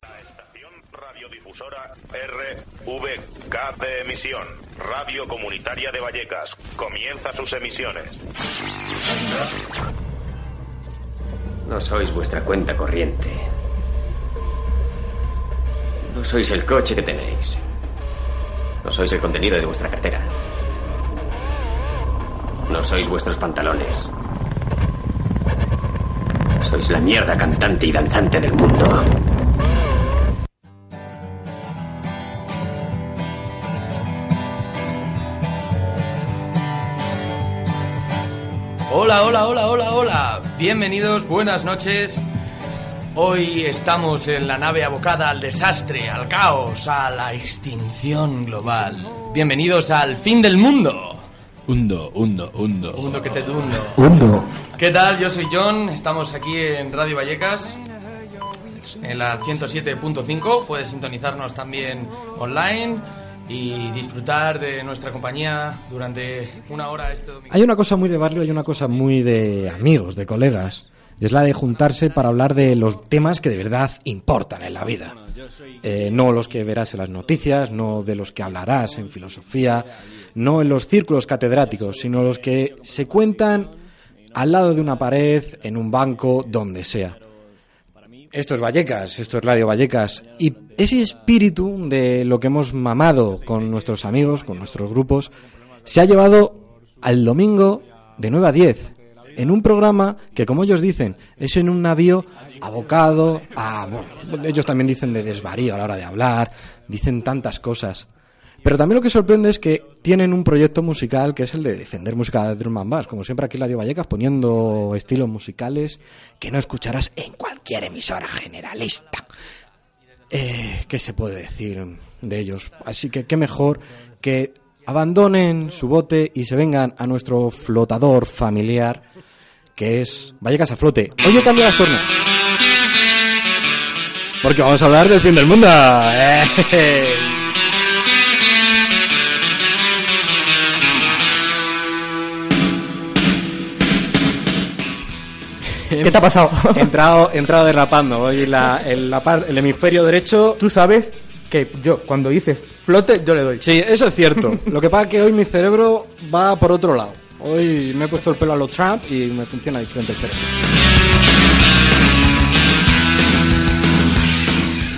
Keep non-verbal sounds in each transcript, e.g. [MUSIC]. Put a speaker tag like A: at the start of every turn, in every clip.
A: La estación radiodifusora RVK de emisión, Radio Comunitaria de Vallecas, comienza sus emisiones.
B: No sois vuestra cuenta corriente. No sois el coche que tenéis. No sois el contenido de vuestra cartera. No sois vuestros pantalones. Sois la mierda cantante y danzante del
C: [LAUGHS]
B: mundo.
D: Hola, hola, hola, hola, hola. Bienvenidos, buenas noches. Hoy estamos en la nave abocada al desastre, al caos, a la extinción global. Bienvenidos al fin del mundo.
E: Hundo, hundo, hundo.
D: Mundo que te dundo.
C: Hundo.
D: ¿Qué tal? Yo soy John. Estamos aquí en Radio Vallecas. En la 107.5. Puedes sintonizarnos también online y disfrutar de nuestra compañía durante una hora este domingo.
C: Hay una cosa muy de barrio, hay una cosa muy de amigos, de colegas. Y es la de juntarse para hablar de los temas que de verdad importan en la vida. Eh, no los que verás en las noticias, no de los que hablarás en filosofía, no en los círculos catedráticos, sino los que se cuentan al lado de una pared, en un banco, donde sea. Esto es Vallecas, esto es Radio Vallecas. Y ese espíritu de lo que hemos mamado con nuestros amigos, con nuestros grupos, se ha llevado al domingo de 9 a 10, en un programa que, como ellos dicen, es en un navío abocado a... bueno, ellos también dicen de desvarío a la hora de hablar, dicen tantas cosas. Pero también lo que sorprende es que tienen un proyecto musical que es el de defender música de drum and bass. Como siempre aquí en Radio Vallecas poniendo estilos musicales que no escucharás en cualquier emisora generalista. Eh, ¿Qué se puede decir de ellos? Así que qué mejor que abandonen su bote y se vengan a nuestro flotador familiar que es Vallecas a flote. Hoy yo cambio las tornas. Porque vamos a hablar del fin del mundo. ¡Eh!
F: ¿Qué te ha pasado?
C: He entrado, he entrado derrapando. Hoy la, el, la par- el hemisferio derecho.
F: Tú sabes que yo, cuando dices flote, yo le doy.
C: Sí, eso es cierto. Lo que pasa es que hoy mi cerebro va por otro lado. Hoy me he puesto el pelo a los Trump y me funciona diferente el cerebro.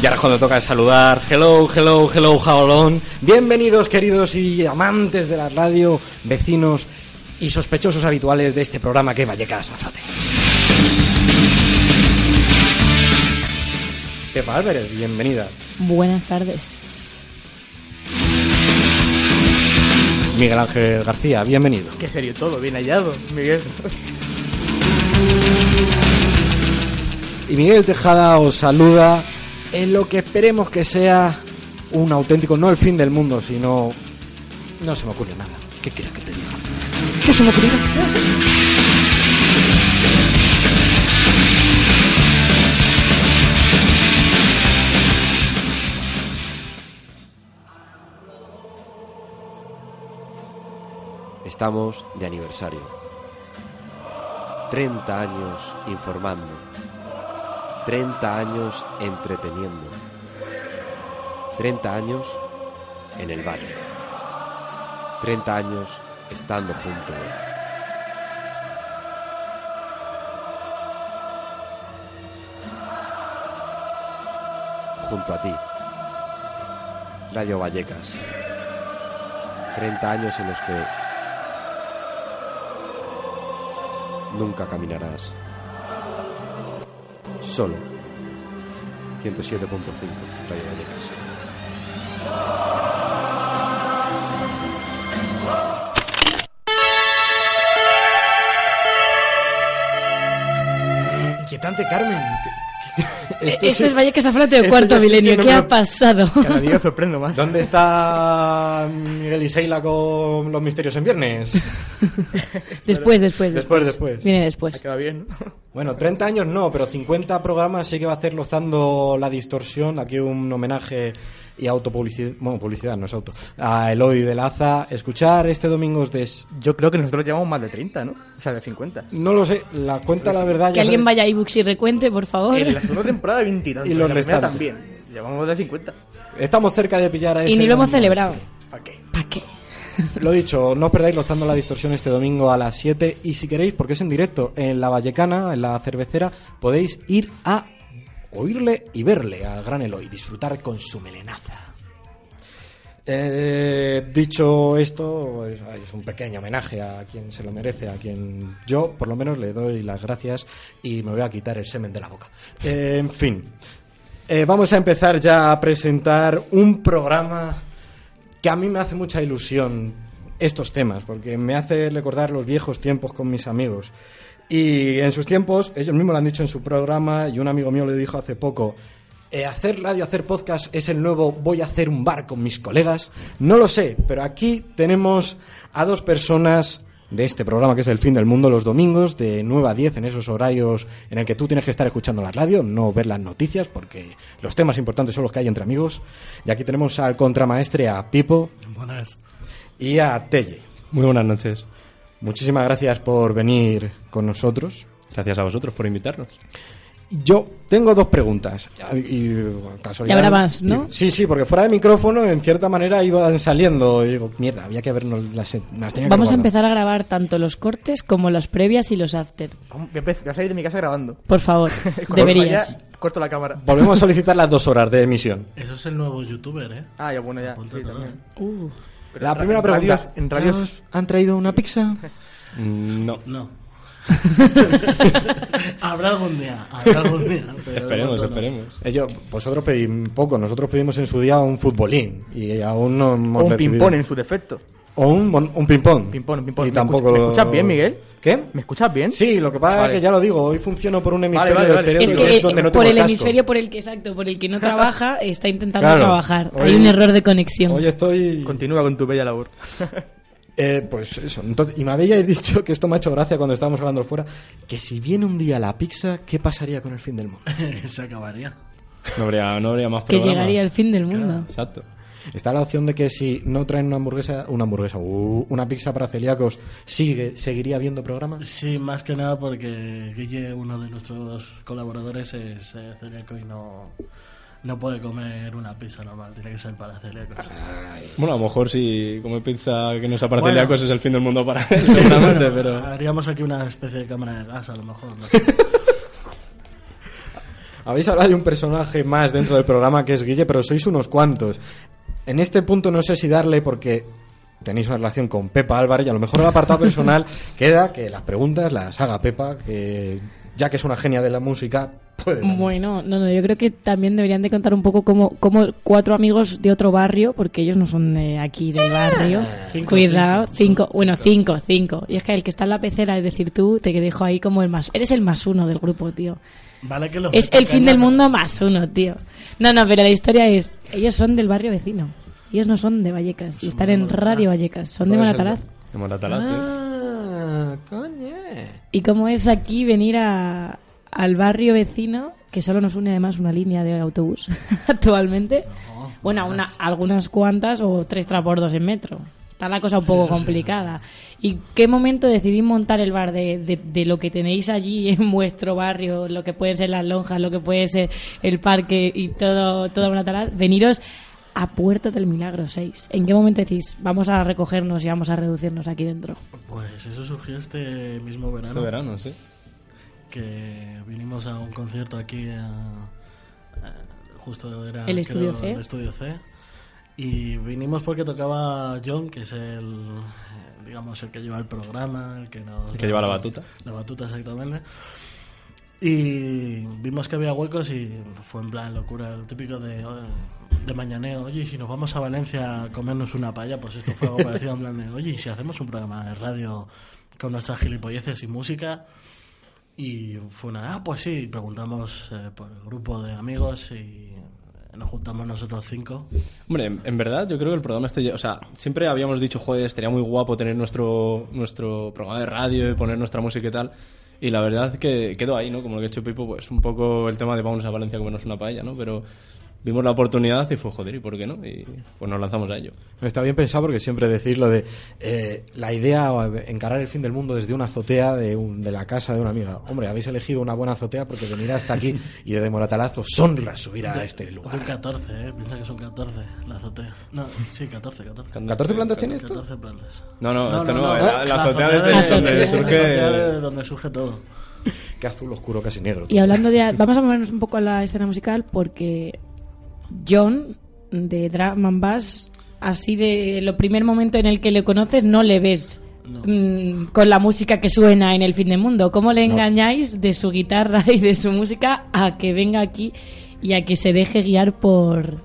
C: Y ahora es cuando toca saludar. Hello, hello, hello, jaolón. Bienvenidos, queridos y amantes de la radio, vecinos y sospechosos habituales de este programa que Vallecas a flote. Pepa Álvarez, bienvenida.
G: Buenas tardes.
C: Miguel Ángel García, bienvenido.
F: Qué serio todo, bien hallado, Miguel.
C: Y Miguel Tejada os saluda en lo que esperemos que sea un auténtico, no el fin del mundo, sino... No se me ocurre nada. ¿Qué quieres que te diga? ¿Qué se me ocurre?
H: Estamos de aniversario. 30 años informando. 30 años entreteniendo. 30 años en el barrio. 30 años estando juntos. Junto a ti. Radio Vallecas. 30 años en los que nunca caminarás. Solo. 107.5 Radio Vallecas.
C: [LAUGHS] Inquietante, Carmen.
G: Esto, es Vallecas a flote o cuarto milenio. ¿Qué ha
C: [LAUGHS]
G: pasado?
D: Cada día sorprendo más.
C: ¿Dónde está Miguel y Seila con los misterios en viernes?
G: [LAUGHS] Después, después,
C: Después, después.
G: Viene
D: Ha
G: después.
D: quedado bien. ¿no?
C: [LAUGHS] Bueno, 30 años no, pero 50 programas sí que va a hacer Lozando la distorsión. Aquí un homenaje y autopublicidad. Bueno, publicidad no es auto. A Eloy de Laza. Escuchar este domingo es de.
D: [LAUGHS] Yo creo que nosotros llevamos más de 30, ¿no? O sea, de 50.
C: No lo sé, la cuenta la verdad.
G: Que
C: ya
G: alguien
C: sabes-
G: vaya a iBooks y recuente, por favor.
D: En la segunda temporada 20 y tantos,
C: Y los
D: en la primera
C: restantes.
D: también. Llevamos de 50.
C: Estamos cerca de pillar a ese.
G: Y ni lo hemos
C: monstruo.
G: celebrado.
D: ¿Para qué?
G: ¿Para qué?
C: Lo dicho, no os perdáis Lozando la Distorsión este domingo a las 7 y si queréis, porque es en directo en la Vallecana, en la cervecera, podéis ir a oírle y verle al gran Eloy, disfrutar con su melenaza. Eh, dicho esto, es, es un pequeño homenaje a quien se lo merece, a quien yo por lo menos le doy las gracias y me voy a quitar el semen de la boca. Eh, en fin, Eh, vamos a empezar ya a presentar un programa que a mí me hace mucha ilusión estos temas, porque me hace recordar los viejos tiempos con mis amigos. Y en sus tiempos, ellos mismos lo han dicho en su programa, y un amigo mío le dijo hace poco, eh, hacer radio, hacer podcast es el nuevo voy a hacer un bar con mis colegas. No lo sé, pero aquí tenemos a dos personas de este programa que es El Fin del Mundo los domingos de 9 a 10 en esos horarios en el que tú tienes que estar escuchando la radio, no ver las noticias porque los temas importantes son los que hay entre amigos. Y aquí tenemos al contramaestre, a Pipo y a Telle.
E: Muy buenas noches.
C: Muchísimas gracias por venir con nosotros.
E: Gracias a vosotros por invitarnos.
C: Yo tengo dos preguntas. Y, casualidad-
G: Y habrá más, ¿no?
C: y- sí, sí, porque fuera de micrófono, en cierta manera iban saliendo. Y digo, mierda, había que habernos las, las tenía que
G: Vamos
C: guardar.
G: a empezar a grabar tanto los cortes como las previas y los after.
D: Vamos, Voy a empe- voy a salir de mi casa
G: [LAUGHS]
D: grabando.
G: Por
C: [LAUGHS]
G: favor,
D: Cuando
G: deberías.
D: vaya, corto la cámara.
C: Volvemos a solicitar las dos horas de emisión.
H: Eso es el nuevo youtuber, ¿eh? [LAUGHS]
D: Ah, ya, bueno, ya.
H: Apúntatelo,
D: sí, también.
G: Uh,
D: Pero
C: la
D: en ra-
C: primera
D: en
C: pregunta.
D: radios- en radios-
C: ¿Chicos, ¿Han traído una pizza?
E: Mm, No.
H: No. habrá algún día, habrá
E: [LAUGHS]
H: algún día. pero de
E: Esperemos,
H: momento no.
E: esperemos.
C: Ellos, Eh, vosotros pedís poco, nosotros pedimos en su día un futbolín y aún no
D: O
C: hemos
D: un
C: recibido.
D: ping-pong en su defecto.
C: O un, mon- un ping-pong.
D: Ping-pong, ping-pong.
C: Y
D: ¿Me
C: tampoco...
D: escuchas- me escuchas bien, Miguel?
C: ¿Qué?
D: ¿Me escuchas bien?
C: Sí, lo que pasa
D: Vale.
C: es que ya lo digo, hoy funciono por un hemisferio
D: vale,
C: del
D: vale.
C: cerebro
G: es
D: Pero
G: que
C: es donde
G: eh,
C: no tengo
G: por el
C: casco.
G: hemisferio por el que exacto, por
C: [LAUGHS]
G: el que no trabaja, está intentando
C: Claro.
G: trabajar.
C: Hoy-
G: Hay un error de conexión.
C: Hoy estoy...
D: Continúa con tu bella labor.
C: Eh, pues eso. Entonces, y me habíais dicho que esto me ha hecho gracia cuando estábamos hablando fuera, que si viene un día la pizza, ¿qué pasaría con el fin del mundo?
H: Se acabaría.
E: No habría, no habría más
G: que
E: programas.
G: llegaría el fin del mundo.
E: Exacto.
C: Está la opción de que si no traen una hamburguesa, una hamburguesa, uh, una pizza para celíacos, sigue, seguiría viendo programas.
H: Sí, más que nada porque Guille, uno de nuestros colaboradores, es eh, celíaco y no, no puede comer una pizza normal. Tiene que ser para celíacos.
E: Bueno, a lo mejor si como pizza que nos aparece
H: Bueno.
E: Liacos es el fin del mundo
H: [LAUGHS]
E: para él, seguramente,
H: Bueno,
E: pero...
H: Haríamos aquí una especie de cámara de gas, a lo mejor. no sé.
C: Habéis hablado de un personaje más dentro del programa que es Guille, pero sois unos cuantos. En este punto no sé si darle porque tenéis una relación con Pepa Álvarez y a lo mejor el apartado
H: [LAUGHS]
C: personal queda que las preguntas las haga Pepa, que ya que es una genia de la música, puede.
G: Bueno, no, no, yo creo que también deberían de contar un poco cómo, cómo cuatro amigos de otro barrio, porque ellos no son de aquí del barrio.
H: Cinco,
G: Cuidado,
H: cinco,
G: cinco,
H: son
G: bueno, cinco, cinco. Y es que el que está en la pecera, es decir, tú, te dejo ahí como el más, eres el más uno del grupo, tío.
H: Vale que los
G: Es
H: meta
G: el fin del
H: caña,
G: mundo más uno, tío. No, no, pero la historia es, ellos son del barrio vecino. Ellos no son de Vallecas, y están en Radio Vallecas, son de
C: Puede ser.
G: Malatalaz.
E: De Moratalaz, ¿eh?
C: Ah, coño.
G: ¿Y cómo es aquí venir a- al barrio vecino, que solo nos une además una línea de autobús [LAUGHS] actualmente? bueno, a una, algunas cuantas o tres transbordos en metro. Está la cosa un poco complicada. ¿Y qué momento decidí montar el bar de, de- de lo que tenéis allí [LAUGHS] en vuestro barrio, lo que pueden ser las lonjas, lo que puede ser el parque y todo, toda una tala? Veniros a Puerta del Milagro 6. ¿En qué momento decís, vamos a recogernos y vamos a reducirnos aquí dentro?
H: Pues eso surgió este mismo verano.
E: Este verano, sí.
H: que vinimos a un concierto aquí a, a- justo era
G: El Estudio C.
H: el Estudio C y vinimos porque tocaba John que es el eh, digamos el que lleva el programa el que nos
E: El que lleva la batuta.
H: la batuta exactamente y vimos que había huecos y fue en plan locura el típico de "Oye, de mañaneo, oye, ¿y si nos vamos a Valencia a comernos una paella, pues esto fue algo parecido en plan de, oye, ¿y si hacemos un programa de radio con nuestras gilipolleces y música, Y fue una, ah, pues sí, preguntamos eh, por el grupo de amigos y nos juntamos nosotros cinco.
E: Hombre, en, en verdad yo creo que el programa este, ya- o sea, siempre habíamos dicho, joder, estaría muy guapo tener nuestro, nuestro programa de radio y poner nuestra música y tal. Y la verdad que quedó ahí, ¿no? Como lo que ha hecho Pipo, pues un poco el tema de vámonos a Valencia a comernos una paella, ¿no? Pero vimos la oportunidad y fue, joder, ¿y por qué no? Y pues nos lanzamos a ello.
C: Está bien pensado porque siempre decís lo de eh, la idea o encarar el fin del mundo desde una azotea de, un- de la casa de una amiga. Hombre, habéis elegido una buena azotea porque venir hasta
H: [LAUGHS]
C: aquí y desde Moratalazo sonra subir a
H: De-
C: este lugar.
H: Son 14, ¿eh? Piensa que son 14 la azotea. No, sí, 14, 14.
C: ¿Catorce plantas tienes tú?
H: 14 plantas.
E: No, no, esto no, la- la azotea desde donde este
H: [LAUGHS]
E: surge-
H: La azotea de donde surge todo.
C: Qué azul oscuro, casi negro.
G: Y hablando de... Vamos a movernos un poco a la escena musical porque John de Drum and Bass, así de lo primer momento en el que le conoces, no le ves mm, con la música que suena en el fin del mundo. ¿Cómo le
C: No.
G: engañáis de su guitarra [LAUGHS] y de su música a que venga aquí y a que se deje guiar por,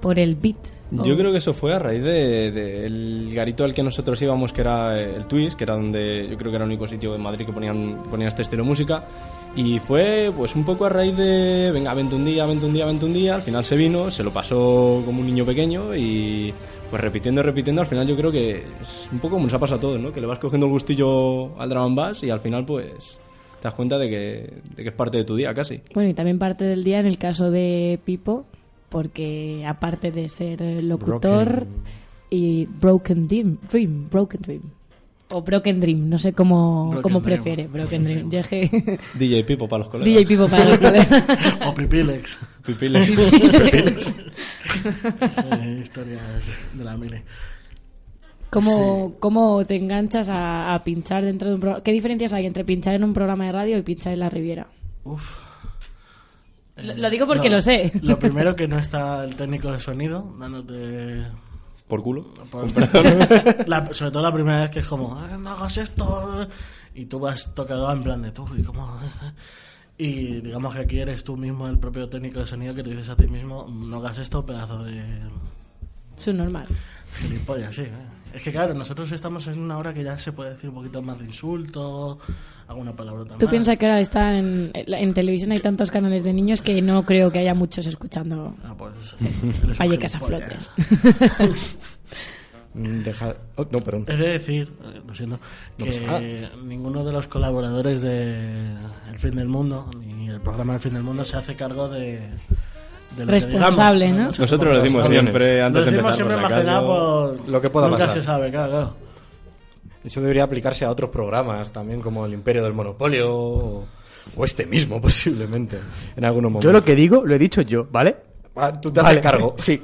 G: por el beat?
E: Yo creo que eso fue a raíz del de, del garito al que nosotros íbamos, que era eh, el Twist, que era donde yo creo que era el único sitio en Madrid que ponían, ponían este estilo de música. Y fue pues un poco a raíz de, venga, vente un día, vente un día, vente un día. Al final se vino, se lo pasó como un niño pequeño y pues repitiendo, repitiendo, al final yo creo que es un poco como nos ha pasado a todos, ¿no? Que le vas cogiendo el gustillo al drum and bass y al final pues te das cuenta de que, de que es parte de tu día casi.
G: Bueno, y también parte del día en el caso de Pipo, porque aparte de ser eh, locutor
I: Broken-
G: y Broken Dream, Dream, Broken Dream. O Broken Dream, no sé cómo,
E: Broken
G: cómo
E: Dream.
G: prefiere. Broken Dream. Yo dije-
E: DJ Pipo para los
G: [LAUGHS]
E: colegas.
G: DJ Pipo para los colegas.
H: O Pipilex.
E: Pipilex.
G: [LAUGHS]
H: Pipilex. Eh, historias de la mili.
G: ¿Cómo, cómo te enganchas a, a pinchar dentro de un programa? ¿Qué diferencias hay entre pinchar en un programa de radio y pinchar en la Riviera? Lo- lo digo porque
H: No,
G: lo sé. [LAUGHS]
H: Lo primero que no está el técnico de sonido dándote
E: Por culo.
H: Por-
E: Perdón.
H: [LAUGHS]
C: [LAUGHS]
H: La- sobre todo la primera vez que es como, "Ah, no hagas esto. Y tú vas tocado en plan de tú, y cómo. Y digamos que aquí eres tú mismo el propio técnico de sonido que te dices a ti mismo, no hagas esto, pedazo de
G: Su normal.
H: gilipollas, sí. ¿eh". Es que claro, nosotros estamos en una hora que ya se puede decir un poquito más de insulto, alguna palabra también.
G: Tú piensas que ahora está en, en televisión hay tantos canales de niños que no creo que haya muchos escuchando
H: Ah,
G: [LAUGHS]
H: pues,
G: Vallecas a
H: gilipollas.
G: flotes.
C: Mm, Deja... oh, no, perdón.
H: He de decir, eh, lo siento,
C: No
H: que
C: pasa
H: ninguno de los colaboradores de El Fin del Mundo, ni el programa El Fin del Mundo, se hace cargo de... de lo que
G: Responsable,
H: digamos,
G: ¿no?
E: Nosotros lo decimos siempre antes
H: lo
E: de
H: decimos
E: empezar.
H: siempre
E: por
H: más
E: si
H: que nada
E: acaso.
H: por...
C: Lo que pueda
H: nunca
C: pasar.
H: se sabe, claro, claro.
C: Eso debería aplicarse a otros programas también, como el Imperio del Monopolio o, o este mismo, [LAUGHS] posiblemente, en algunos momentos.
D: Yo lo que digo lo he dicho yo, ¿vale?
C: Ah, tú te
D: Vale,
C: haces cargo.
D: [LAUGHS] Sí.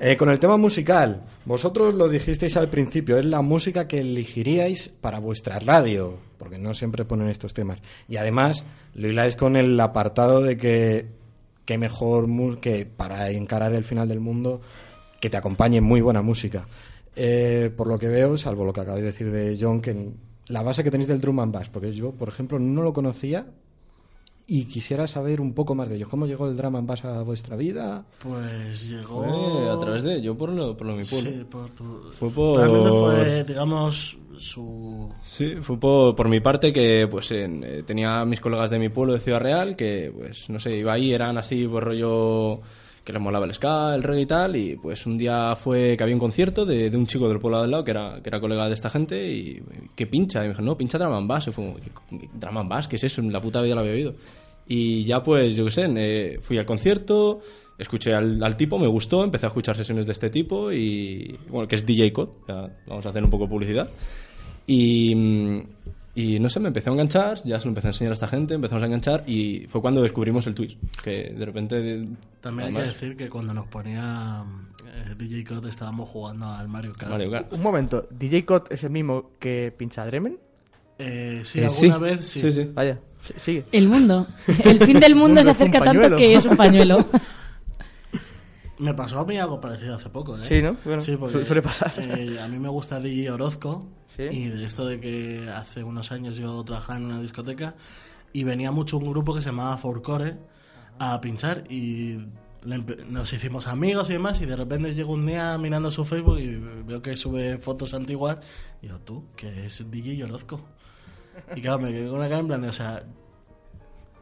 C: Eh, con el tema musical, vosotros lo dijisteis al principio, es la música que elegiríais para vuestra radio, porque no siempre ponen estos temas. Y además lo hiláis con el apartado de que qué mejor mu- que para encarar el final del mundo que te acompañe muy buena música. Eh, por lo que veo, salvo lo que acabáis de decir de John, que en- la base que tenéis del drum and bass, porque yo, por ejemplo, no lo conocía y quisiera saber un poco más de ello. ¿Cómo llegó el drum and bass a vuestra vida?
H: Pues llegó...
E: Fue a través de yo por lo, por lo mi pueblo.
H: Sí, por tu-
E: Fue por-
H: Realmente fue, digamos, su...
E: Sí, fue por, por mi parte que pues en- eh, tenía mis colegas de mi pueblo de Ciudad Real que pues no sé, iba ahí, eran así por rollo que les molaba el ska, el reggae y tal y pues un día fue que había un concierto de, de un chico del pueblo de al lado que era, que era colega de esta gente y que pincha, y me dijo, no, pincha Drum and Bass, y fue como, "¿Qué co- qué Drum and Bass? ¿Qué es eso? En la puta vida lo había oído. Y ya pues, yo qué sé, eh, fui al concierto, escuché al, al tipo, me gustó, empecé a escuchar sesiones de este tipo y, bueno, que es DJ Cod, ya vamos a hacer un poco de publicidad. Y, mm, y no sé, me empecé a enganchar, ya se lo empecé a enseñar a esta gente, empezamos a enganchar y fue cuando descubrimos el Twitch, que de repente... de-
H: También hay
E: además,
H: que decir que cuando nos ponía eh, DJ Cod estábamos jugando al Mario Kart.
D: Un momento, ¿DJ Cot es el mismo que pincha Dremen?
H: Eh, sí, alguna vez sí.
D: Vaya, sí, sigue.
G: [LAUGHS] El mundo. El fin del mundo se
D: es un
G: acerca tanto
D: pañuelo.
G: que es un pañuelo.
H: Me pasó a mí algo parecido hace poco, ¿eh?
D: Sí, ¿no? Bueno,
H: Sí, porque,
D: su- suele pasar.
H: eh, a mí me gusta DJ Orozco.
D: Sí.
H: Y de esto de que hace unos años yo trabajaba en una discoteca y venía mucho un grupo que se llamaba Forcore a pinchar y le empe- nos hicimos amigos y demás y de repente llego un día mirando su Facebook y veo que sube fotos antiguas y digo, tú, que es DJ Orozco. Y claro, me quedé con una cara en plan de, o sea,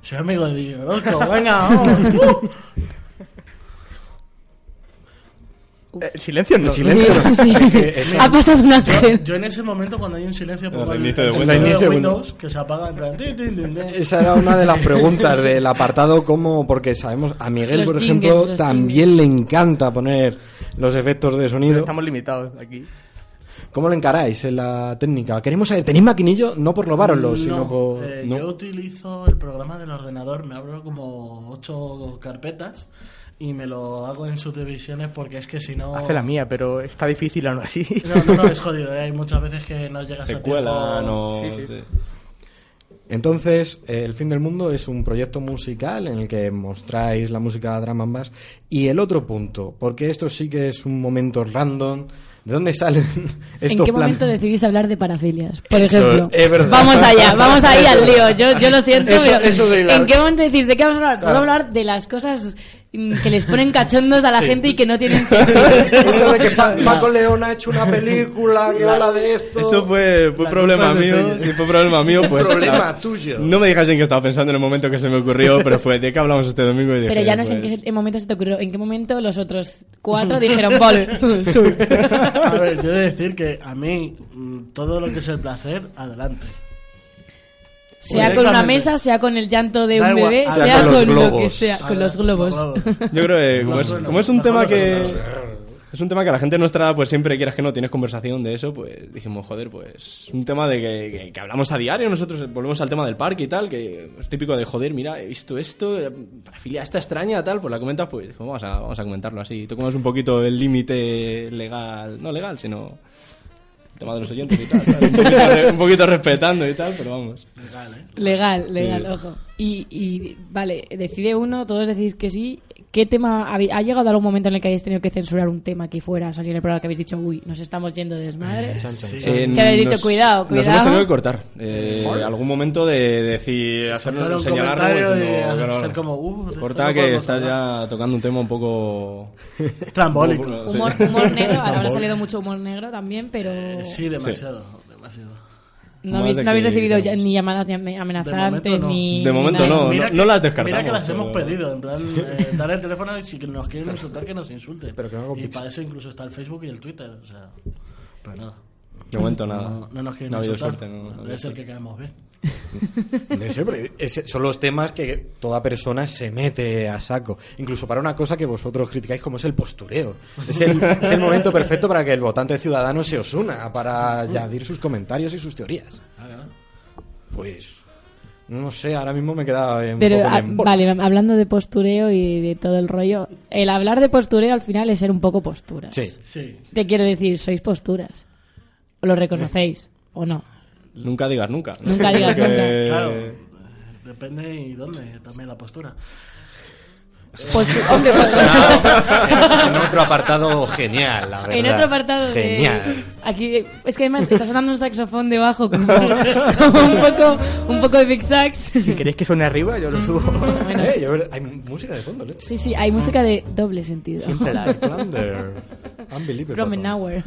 H: soy amigo de Diego Orozco, venga, vamos.
D: Eh, silencio,
C: Pues
D: no.
G: Silencio. Sí, sí, sí.
D: Es que- es que-
G: Ha pasado un ángel.
H: Yo, yo en ese momento, cuando hay un silencio, pongo el,
C: reinicio de
H: el
C: Windows.
H: sonido
C: Reinicio de
H: de Windows, que se apaga en plan. tin, tin, tin, tin.
C: Esa era una de las preguntas del apartado como porque sabemos a Miguel
H: Los
C: por
H: jingles,
C: ejemplo
H: los
C: también le encanta poner los efectos de sonido.
D: Estamos limitados aquí.
C: ¿Cómo lo encaráis en la técnica? Queremos saber, ¿tenéis maquinillo? No por robároslo, sino por
H: eh,
C: Oh, ¿no?
H: Yo utilizo el programa del ordenador, me abro como ocho carpetas y me lo hago en subdivisiones porque es que si no.
D: Hace la mía, pero está difícil aún así.
H: No, no, no, es jodido, eh, hay muchas veces que no llegas a
E: Se
H: tiempo.
E: cuela, no. sí.
C: Entonces, eh, El fin del mundo es un proyecto musical en el que mostráis la música de Drum and Bass. Y el otro punto, porque esto sí que es un momento random. ¿De dónde salen [LAUGHS] estos
G: ¿En qué
C: planes?
G: momento decidís hablar de parafilias? Por
C: Eso,
G: ejemplo.
C: es verdad.
G: Vamos allá, vamos ahí
C: Es
G: al lío.
C: verdad.
G: Yo, yo lo siento.
C: Eso-
G: pero
C: eso de hilar.
G: ¿En qué momento decís de qué vamos a hablar?
C: Claro.
G: Vamos a hablar de las cosas mm, que les ponen cachondos a la
C: Sí.
G: gente y que no tienen sentido.
C: [LAUGHS] Eso
G: [LAUGHS]
C: de que Pa- Paco León ha hecho una película que habla de esto.
E: Eso fue, fue
C: La
E: problema
C: culpa es de
E: mío.
C: tuya.
E: Sí, fue problema
C: [LAUGHS]
E: mío. Pues,
C: Problema
E: claro,
C: tuyo.
E: No me digas en qué estaba pensando en el momento que se me ocurrió, pero fue de qué hablamos este domingo. Y dije,
G: Pero ya no sé en
E: pues,
G: qué momento se te ocurrió. ¿En qué momento los otros
E: [LAUGHS]
G: cuatro dijeron, Paul, sube?
H: a ver, yo he de decir que a mí mm, todo lo que es el placer, adelante.
G: Sea con una
H: Directamente.
G: mesa, sea con el llanto de
H: Da
G: un
H: igual,
G: bebé,
H: sea
G: sea
H: con los
G: con lo que
E: globos.
G: sea, con los globos.
E: Yo creo que como es, como es un
H: Los
E: tema
H: globos
E: que...
H: están-
E: Es un tema que a la gente de nuestra edad, pues siempre quieras que no tienes conversación de eso, pues dijimos, joder, pues un tema de que, que- que hablamos a diario, nosotros volvemos al tema del parque y tal, que es típico de, joder, mira, he visto esto, eh, parafilia esta extraña, tal, pues la comentas, pues dijimos, vamos a, vamos a comentarlo así. Tocamos un poquito el límite legal, no legal, sino el tema de los oyentes y tal, tal, un, poquito, re- un poquito respetando y tal, pero vamos.
G: [LAUGHS] Legal, legal,
E: Sí.
G: ojo. Y, y, vale, decide uno, todos decís que sí. ¿Qué tema habe- ha llegado algún momento en el que hayáis tenido que censurar un tema que fuera a salir en el programa que habéis dicho, uy, nos estamos yendo de desmadre?
E: [LAUGHS] Sí.
G: Que
E: Eh,
G: habéis dicho,
E: nos-
G: cuidado,
E: Nos hemos tenido que
G: cuidado.
E: cortar. Eh, algún momento de decir,
H: soltar un
E: hacernos señalar
H: comentario
E: algo
H: y
E: diciendo,
H: hacer
E: claro,
H: como, "Uh, de esto
E: corta
H: no
E: que
H: podemos
E: estás ya tocando un tema un poco
H: Trambólico.
E: un poco- sí.
G: Humor,
E: [LAUGHS]
G: humor negro, ahora habrá
E: Trambólico.
G: salido mucho humor negro también, pero...
H: Eh, Sí, demasiado, demasiado.
G: No habéis,
E: Más de
G: no habéis
E: que-
G: recibido ya- ni llamadas ni
H: De
G: amenazantes,
H: momento no.
G: ni...
E: De momento
G: nada.
E: no,
H: Mira
E: no, no
H: que-
E: las descartamos.
H: Mira que las hemos
E: pero-
H: pedido, en plan, eh, dar el teléfono y si nos quieren insultar, que nos insulten. y para eso incluso está el Facebook y el Twitter, o sea, pero nada.
E: De momento nada.
H: No, no nos quieren
E: Ah. No ha habido
H: insultar,
E: suerte, no, no ha habido
H: debe ser
E: suerte.
H: que caemos bien.
C: Debe ser, porque ese- son los temas que toda persona se mete a saco. Incluso para una cosa que vosotros criticáis como es el postureo. Es el, es el momento perfecto para que el votante ciudadano se os una, para añadir sus comentarios y sus teorías. Pues, no sé, ahora mismo me queda un
G: Pero,
C: poco en
G: ah,
C: embol.
G: vale, hablando de postureo y de todo el rollo, el hablar de postureo al final es ser un poco posturas.
C: Sí.
H: Sí.
G: Te quiero decir, sois posturas. ¿Lo reconocéis o no?
E: Nunca digas nunca. ¿no?
G: Nunca digas
E: Porque-
G: nunca.
H: Claro, depende y dónde, también la postura.
G: Pues,
C: [LAUGHS]
G: hombre, pues-
C: Sonado en otro apartado genial, la verdad.
G: En otro apartado de-
C: Genial.
G: Aquí, es que además está sonando un saxofón
C: [LAUGHS]
G: debajo, como, como un, poco, un poco de Big Sax.
D: Si queréis que suene arriba, yo lo subo.
G: Bueno,
C: Eh,
G: sí,
C: yo- hay música de fondo, leche.
G: sí, sí, hay música de doble sentido.
C: Siempre la de Flander. Unbelievable.
G: Promenauer.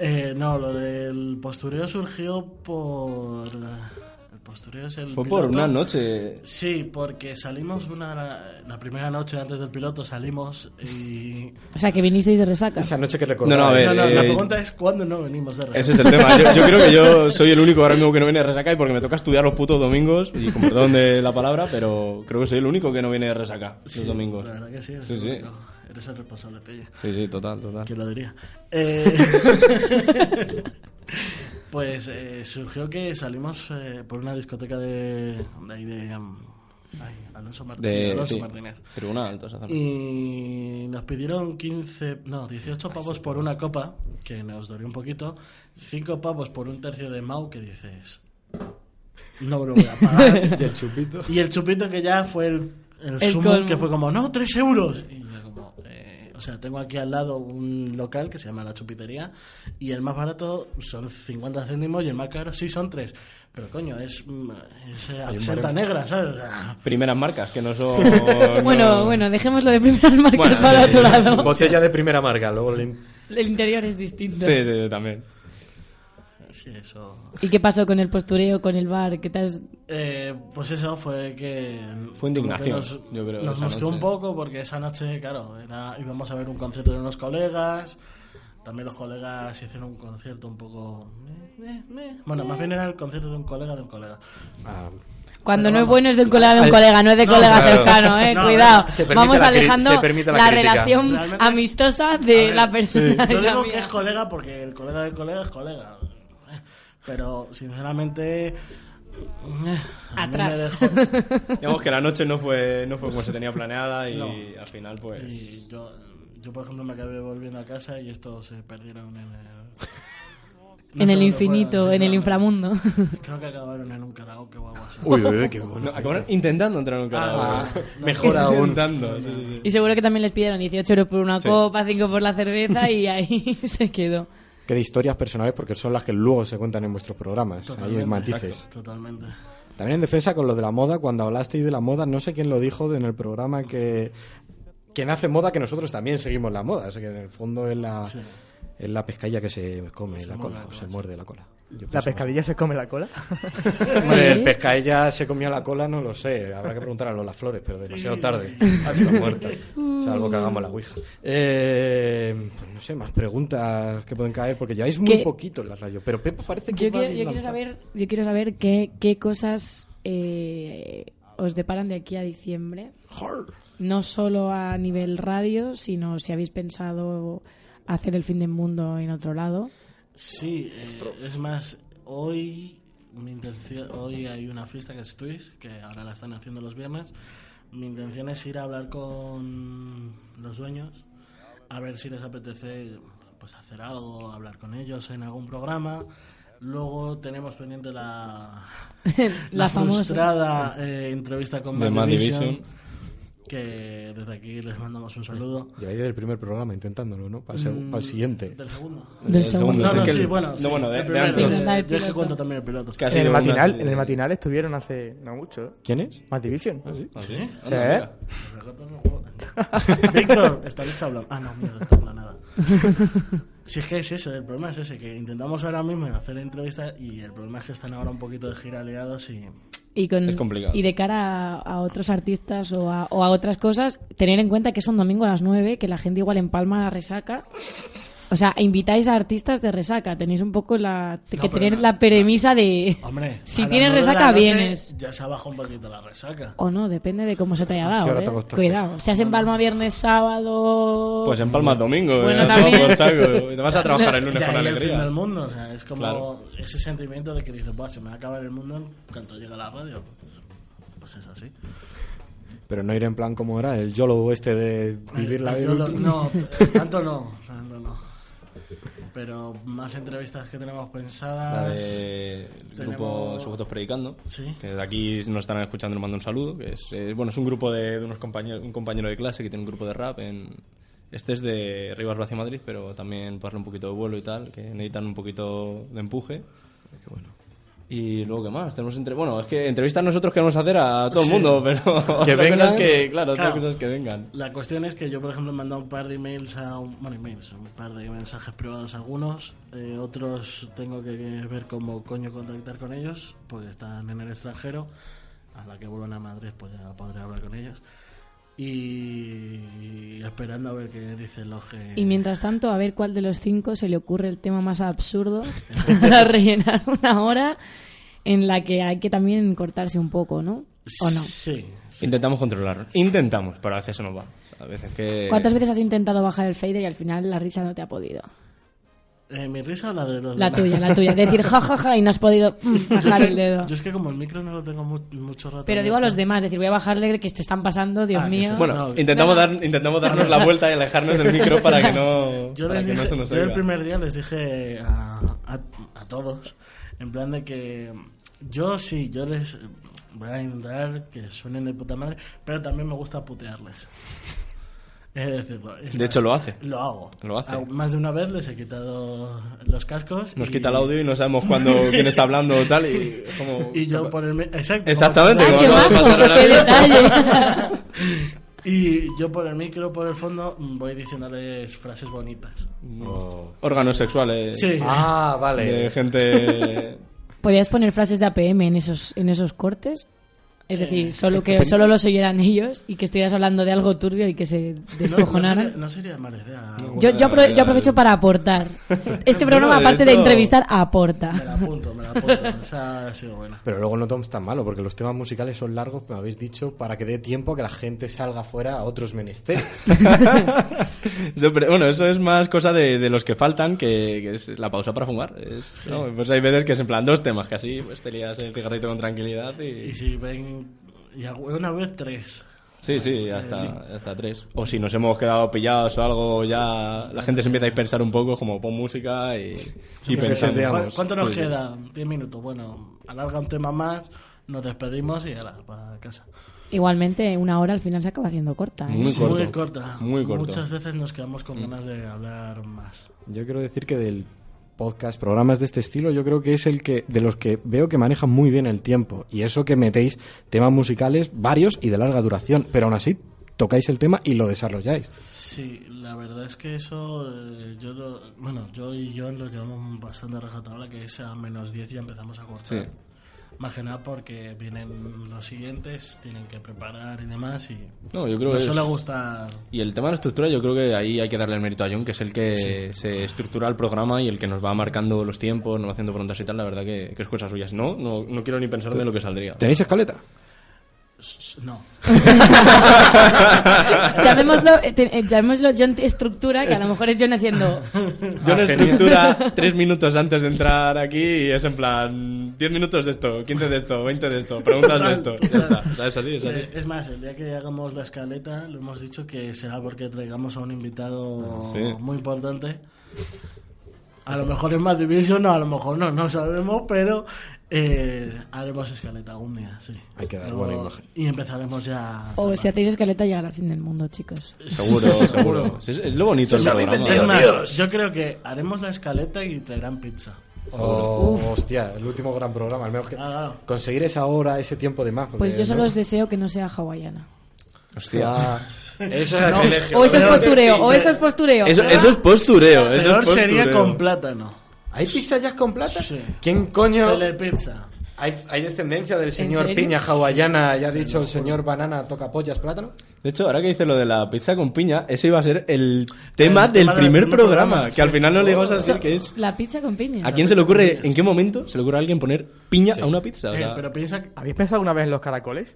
H: Eh, no, lo del postureo surgió por... El postureo es el
E: Fue por
H: piloto.
E: una noche.
H: Sí, porque salimos una la primera noche antes del piloto salimos y
G: O sea, que vinisteis de resaca.
C: Esa noche que
E: No,
C: recordáis.
E: no, a ver.
H: No, no, la
E: eh,
H: pregunta es cuándo no venimos de regreso.
E: Ese es el tema. Yo, yo creo que yo soy el único ahora mismo que no viene de resaca y porque me toca estudiar los putos domingos, y con perdón de la palabra, pero creo que soy el único que no viene de resaca
H: Sí,
E: los domingos.
H: La verdad que sí, eres,
E: Sí,
H: el
E: sí.
H: único. Eres el responsable, Pelle.
E: Sí, sí, total, total.
H: ¿Quién lo
C: [LAUGHS]
H: diría? Eh, [LAUGHS] pues eh, surgió que salimos eh, por una discoteca de, de ahí de... um, ay, Alonso Martínez.
E: De,
H: Alonso
E: sí,
H: Martínez.
E: tribunal, toda esa zona.
H: Y nos pidieron 15, no, 18 pavos por una copa, que nos dolió un poquito, 5 pavos por un tercio de Mau, que dices, no me lo voy a pagar.
C: Y el chupito.
H: y el chupito que ya fue el, el
G: El
H: sumo,
G: colmo.
H: que fue como, no, 3 euros. Y yo como, eh, o sea, tengo aquí al lado un local que se llama La Chupitería, y el más barato son 50 céntimos, y el más caro sí son 3. Pero coño, es, mm, es eh, absenta negra, ¿sabes? O sea,
E: Primeras marcas que no son.
G: Bueno,
E: no-
G: bueno, dejémoslo de primeras marcas
E: Bueno, eh,
G: para
E: sí.
G: otro lado.
C: Botella de primera marca, luego le-
G: El interior es distinto.
E: Sí, sí, sí, también.
H: Sí, eso.
G: ¿Y qué pasó con el postureo, con el bar? ¿Qué te has-
H: Eh, pues eso fue que.
E: Fue indignación,
H: como que Nos,
E: yo creo,
H: Nos
E: esa
H: mosqueó
E: noche.
H: un poco porque esa noche, claro, era, íbamos a ver un concierto de unos colegas. También los colegas hicieron un concierto un poco. Bueno, más bien era el concierto de un colega de un colega.
G: Cuando
H: Pero
G: no es
H: vamos.
G: bueno es del colega de un colega, no es de
H: No,
G: colega
H: claro.
G: cercano, eh.
H: No,
G: Cuidado.
H: se permite
G: Vamos
H: la cri-
G: alejando
H: se permite la crítica.
G: relación
H: Realmente es-
G: amistosa de la persona. de
H: Yo
G: la
H: digo
G: amiga.
H: que es colega porque el colega del colega es colega. Pero, sinceramente. eh, a mí me
G: Atrás. [LAUGHS]
H: dejó-
E: Digamos que la noche no fue, no fue como se tenía planeada y
H: No.
E: al final pues...
H: Y yo, yo, por ejemplo, me acabé volviendo a casa y estos se perdieron en el...
G: en
H: sé
G: el
H: dónde
G: infinito,
H: fueron,
G: en
H: sí,
G: el
H: no, [LAUGHS]
G: inframundo.
H: Creo que acabaron en un karaoke o algo así.
E: Uy, uy, uy, qué bueno. No,
H: Ah,
E: acabaron intentando entrar en un [LAUGHS] karaoke.
H: [LAUGHS]
E: Mejor aún. Intentando, sí, sí, sí.
G: Y seguro que también les pidieron 18 euros por una
E: Sí.
G: copa, 5 por la cerveza y ahí [LAUGHS] se quedó.
C: Que de historias personales, porque son las que luego se cuentan en vuestros programas. Ahí hay matices.
H: exacto, Totalmente.
C: También en defensa con lo de la moda, cuando hablasteis de la moda, no sé quién lo dijo en el programa que quien hace moda, que nosotros también seguimos la moda. O sea que en el fondo es la,
H: Sí.
C: es la pescadilla que se come la
H: muerde
C: cola,
H: la
C: o
H: cola,
C: se
H: sí.
C: muerde la cola. Yo
D: ¿La
C: pienso-
D: pescadilla se come la cola?
C: Hombre, el pescadilla se comió la cola, no lo sé. Habrá que preguntar a Lola Flores, pero demasiado tarde. Ha sido muerta. Salvo que hagamos la ouija. Eh, pues no sé, más preguntas que pueden caer, porque lleváis muy
G: ¿Qué?
C: poquito en la radio. Pero Pepa parece que
G: Yo
C: va
G: quiero, yo
C: lanzando.
G: quiero saber, yo quiero saber qué, qué cosas eh, os deparan de aquí a diciembre. No solo a nivel radio, sino si habéis pensado hacer el fin del mundo en otro lado.
H: Sí, eh, es más, hoy mi intención, hoy hay una fiesta que es Twist, que ahora la están haciendo los viernes. Mi intención es ir a hablar con los dueños, a ver si les apetece pues hacer algo, hablar con ellos en algún programa. Luego tenemos pendiente la,
G: La famosa.
H: frustrada eh, entrevista con
E: De
H: Mad
E: Mad
H: Division,
E: Division.
H: que desde aquí les mandamos un saludo.
C: Lleváis del primer programa intentándolo, ¿no? Para el,
G: Mm.
C: seg- para el siguiente.
H: Del segundo.
E: Del Del segundo. segundo,
H: No,
E: sí.
H: no,
E: Que el-
H: sí, bueno.
E: no,
H: sí,
E: bueno, de-
H: el
E: de
H: primero,
E: antes.
H: sí,
E: Está el
H: Yo es que
E: piloto.
H: cuento también el piloto.
E: Que ha
D: En el,
E: sido una-
D: matinal, en el matinal estuvieron hace no mucho. ¿eh?
C: ¿Quién es?
D: Más Division.
C: ¿Ah, sí?
E: ¿Ah, sí?
D: Sí,
E: Anda,
D: ¿eh?
E: mira.
H: [LAUGHS] Víctor, está hecha hablando. Ah, no, mierda, está
G: [LAUGHS]
H: nada. Si es que es eso, el problema es ese, que intentamos ahora mismo hacer entrevistas y el problema es que están ahora un poquito de gira aliados y...
G: Y, con,
E: Es complicado.
G: y de cara a, a otros artistas o a, o a otras cosas, tener en cuenta que es un domingo a las 9, que la gente igual en Palma la resaca. O sea, invitáis a artistas de resaca. Tenéis un poco la, que
H: pero
G: tener
H: no,
G: la peremisa de.
H: Hombre,
G: si
H: a las
G: tienes
H: nueve de la
G: resaca,
H: noche
G: vienes.
H: Ya se ha bajado un poquito la resaca.
G: O no, depende de cómo se te haya
C: qué hora
G: dado.
C: te
G: ¿eh?
C: acostaste?
G: Cuidado. Si has en Palma viernes, sábado.
E: Pues en Palma domingo. eh,
G: Bueno,
E: a tomar
G: también.
E: por saco. Te vas a trabajar el lunes
H: Ya,
E: con
H: y el fin del
E: alegría.
H: mundo, o sea, es como
E: Claro.
H: ese sentimiento de que dices, "Buah, se me va a acabar el mundo en cuanto llega la radio. Pues es así.
C: Pero no ir en plan como era, el YOLO este de vivir la vida.
H: Yo
C: al
H: lo-
C: último.
H: No, eh, tanto no, tanto no. Pero más entrevistas que tenemos
E: La
H: pensadas.
E: de el grupo
H: Tenemos-
E: Sujetos Predicando.
H: Sí.
E: Que desde aquí nos estarán escuchando, les mando un saludo. Que es, eh, bueno, es un grupo de, de unos compañeros, un compañero de clase que tiene un grupo de rap en... Este es de Rivas Vacia Madrid, pero también para darle un poquito de vuelo y tal, que necesitan un poquito de empuje. Y luego, ¿qué más? Tenemos entre... Bueno, es que entrevistas nosotros queremos hacer a todo el
H: Sí.
E: mundo,
H: [LAUGHS]
E: pero... otra cosa
C: vengan.
E: es que, claro, otra
H: Claro.
E: cosa es que vengan.
H: La cuestión es que yo, por ejemplo, he mandado un par de emails a un, bueno, emails, un par de mensajes privados a algunos. eh, otros tengo que ver cómo coño contactar con ellos, porque están en el extranjero. A la que vuelvan a Madrid, pues ya podré hablar con ellos. Y esperando a ver qué dicen los que.
G: Y mientras tanto, a ver cuál de los cinco se le ocurre el tema más absurdo [LAUGHS] para rellenar una hora en la que hay que también cortarse un poco, ¿no? ¿O no?
H: Sí. sí.
E: Intentamos controlarlo. Intentamos, pero a veces no va. A veces que...
G: ¿Cuántas veces has intentado bajar el fader y al final la risa no te ha podido?
H: Eh, ¿Mi risa o la de los
G: La
H: demás? [LAUGHS]
G: tuya, la tuya. Decir jajaja ja, ja, y no has podido mm, bajar el dedo.
H: Yo es que como el micro no lo tengo mu- mucho rato.
G: Pero digo a los
H: abierto.
G: demás, decir voy a bajarle que te están pasando, Dios
H: Ah, que
G: mío.
H: sí.
E: Bueno,
H: No.
E: intentamos,
G: No.
E: dar, intentamos darnos la vuelta y alejarnos del micro para que no,
H: [LAUGHS] Yo,
E: para
H: les
E: que no
H: dije-
E: se nos
H: yo
E: oiga.
H: el primer día les dije a, a- a todos, en plan de que yo sí, yo les voy a intentar que suenen de puta madre, pero también me gusta putearles. Es decirlo. es
E: De
H: más,
E: hecho, lo hace.
H: Lo hago.
E: Lo hace.
H: Ah, Más de una vez les he quitado los cascos.
E: Nos
H: y-
E: quita el audio y no sabemos
H: [LAUGHS]
E: cuándo, quién está hablando o tal. Y, como,
H: Y yo por el... mi- Exacto.
E: Exactamente,
G: ¡Ay,
E: como
G: [LAUGHS] qué
E: acaba de
G: majo!
E: pasar ahora
G: ¡Qué
E: mismo.
G: detalle!
H: [LAUGHS] Y yo por el micro, por el fondo, voy diciéndoles frases bonitas.
E: Órganos sexuales.
H: Sí.
C: Ah, vale.
E: De
H: [LAUGHS]
E: gente.
G: ¿Podrías poner frases de APM en esos, en esos cortes? Es
H: Eh,
G: decir, solo que
H: pero-
G: solo los oyeran ellos y que estuvieras hablando de algo turbio y que se
H: No,
G: descojonaran.
H: no sería, no sería mala idea.
G: Yo, yo, apro- yo aprovecho para aportar. Este programa, aparte de entrevistar, aporta.
H: Me la apunto, me la apunto. O sea, ha sido buena.
C: Pero luego no tomes tan malo, porque los temas musicales son largos, me habéis dicho, para que dé tiempo a que la gente salga fuera a otros menesteres.
E: Eso, pero, bueno, eso es más cosa de, de los que faltan que, que es la pausa para fumar. Es, ¿no? Pues hay veces que es en plan dos temas, que así pues, te lías el cigarrito con tranquilidad y.
H: Y si ven. Y a- una vez tres.
E: Sí, sí, hasta,
H: Sí.
E: hasta tres. O si nos hemos quedado pillados o algo, ya la gente se empieza a dispersar un poco, como pon música y, y pensamos.
H: ¿Cu- ¿Cuánto nos
E: Pues,
H: queda? Diez minutos. Bueno, alarga un tema más, nos despedimos y ala, para casa.
G: Igualmente, una hora al final se acaba haciendo corta. ¿eh?
E: Muy corto.
H: corta.
E: Muy corto. Mm.
H: Muchas veces nos quedamos con ganas de hablar más.
C: Yo quiero decir que del podcast, programas de este estilo, yo creo que es el que de los que veo que manejan muy bien el tiempo. Y eso que metéis temas musicales varios y de larga duración, pero aún así tocáis el tema y lo desarrolláis.
H: Sí, la verdad es que eso, eh, yo lo- bueno, yo y John lo llevamos bastante a rajatabla, que es a menos 10 ya empezamos a cortar.
E: Sí.
H: Más que nada porque vienen los siguientes, tienen que preparar y demás y
E: No, yo creo
H: nos
E: que es-
H: suele gustar.
E: Y el tema de la estructura, yo creo que ahí hay que darle el mérito a John, que es el que se estructura el programa y el que nos va marcando los tiempos, nos va haciendo preguntas y tal. La verdad que, que es cosa suya. Si No, no, no quiero ni pensarme lo que saldría.
C: ¿Tenéis escaleta?
H: S- No.
G: [LAUGHS] llamémoslo, eh, te- eh, llamémoslo John Estructura, que a lo mejor es John haciendo.
E: John estructura tres minutos antes de entrar aquí y es en plan 10 minutos de esto, 15 de esto, 20 de esto, preguntas de esto. Ya está. O sea, es así, es así.
H: Eh, Es más, el día que hagamos la escaleta, lo hemos dicho que será porque traigamos a un invitado
E: Ah, Sí.
H: muy importante. A lo mejor es más Division, no, a lo mejor no, no sabemos, pero eh, haremos escaleta algún día, sí.
C: Hay que dar
H: Luego-
C: buena imagen.
H: Y empezaremos ya.
G: O si hacéis escaleta, llegará al fin del mundo, chicos.
C: [LAUGHS]
E: Seguro, seguro. Es, es lo bonito del programa. ¿eh?
H: Es más, yo creo que haremos la escaleta y traerán pizza.
C: Oh, hostia, el último gran programa. Al menos que
H: Ah,
C: conseguir esa hora, ese tiempo de más. porque
G: Pues yo solo
C: no-
G: os deseo que no sea hawaiana.
E: Hostia.
C: Eso es sacrilegio.
G: O eso es
C: Pero-
G: postureo, o eso es postureo.
E: Eso, eso es postureo. Eso
H: Peor
E: es postureo.
H: sería con plátano.
C: ¿Hay pizza ya con plata?
H: Sí.
C: ¿Quién coño?
H: Telepizza.
C: ¿Hay, hay descendencia del señor
G: serio?
C: piña hawaiana? ¿Ya ha dicho el señor banana toca pollas plátano?
E: De hecho, ahora que dice lo de la pizza con piña, ese iba a ser el tema
H: El
E: del
H: tema del
E: primer
H: primer
E: programa,
H: programa,
E: que
H: sí.
E: al final no le
D: Oh.
E: íbamos a
H: Eso-
E: decir que es...
G: La pizza con piña.
E: ¿A quién se le ocurre, en qué momento se le ocurre a alguien poner piña
C: Sí.
E: a una pizza? O
H: Eh,
E: sea,
H: pero piensa que
D: ¿Habéis pensado alguna vez en los caracoles?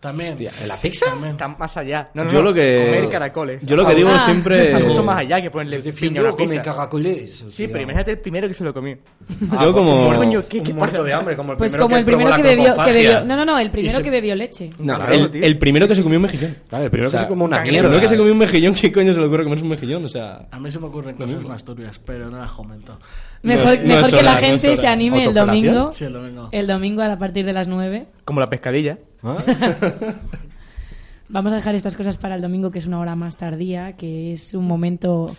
H: también.
C: ¿en la pizza?
H: También.
D: Están más allá. No, no,
E: Yo
D: no,
E: lo que-
D: Comer caracoles. Ah,
E: yo lo que digo siempre-
D: [LAUGHS] Es mucho más allá que ponerle piña a una pizza.
C: caracoles. o
D: Sí,
C: sea.
D: pero imagínate el primero que se lo comió.
E: yo como...
D: Ah, pues, Coño, ¿qué- qué
C: un
D: pasa?
C: muerto de hambre, como el
G: Pues
C: primero
G: como
C: que
G: el primero
C: probó
G: que
C: la
G: bebió, que
C: copofagia.
G: bebió. No, no, no, el primero
C: se-
G: que bebió leche.
E: No,
D: Claro,
E: el,
D: tío.
E: el primero que se comió un mejillón.
C: Claro, el primero
E: O sea,
C: que se come una
E: El
C: mierda.
E: primero que se comió un mejillón, ¿qué coño se le ocurre comerse un mejillón? O sea...
H: A mí se me ocurren cosas más turbias, pero no las comento.
G: Mejor,
E: No, no
G: mejor
E: es
G: que
E: hora,
G: la
E: no es
G: gente
E: hora.
G: se anime el domingo.
H: Sí, el domingo.
G: El domingo a partir de las 9.
D: Como la pescadilla.
C: ¿Ah? [LAUGHS]
G: Vamos a dejar estas cosas para el domingo, que es una hora más tardía, que es un momento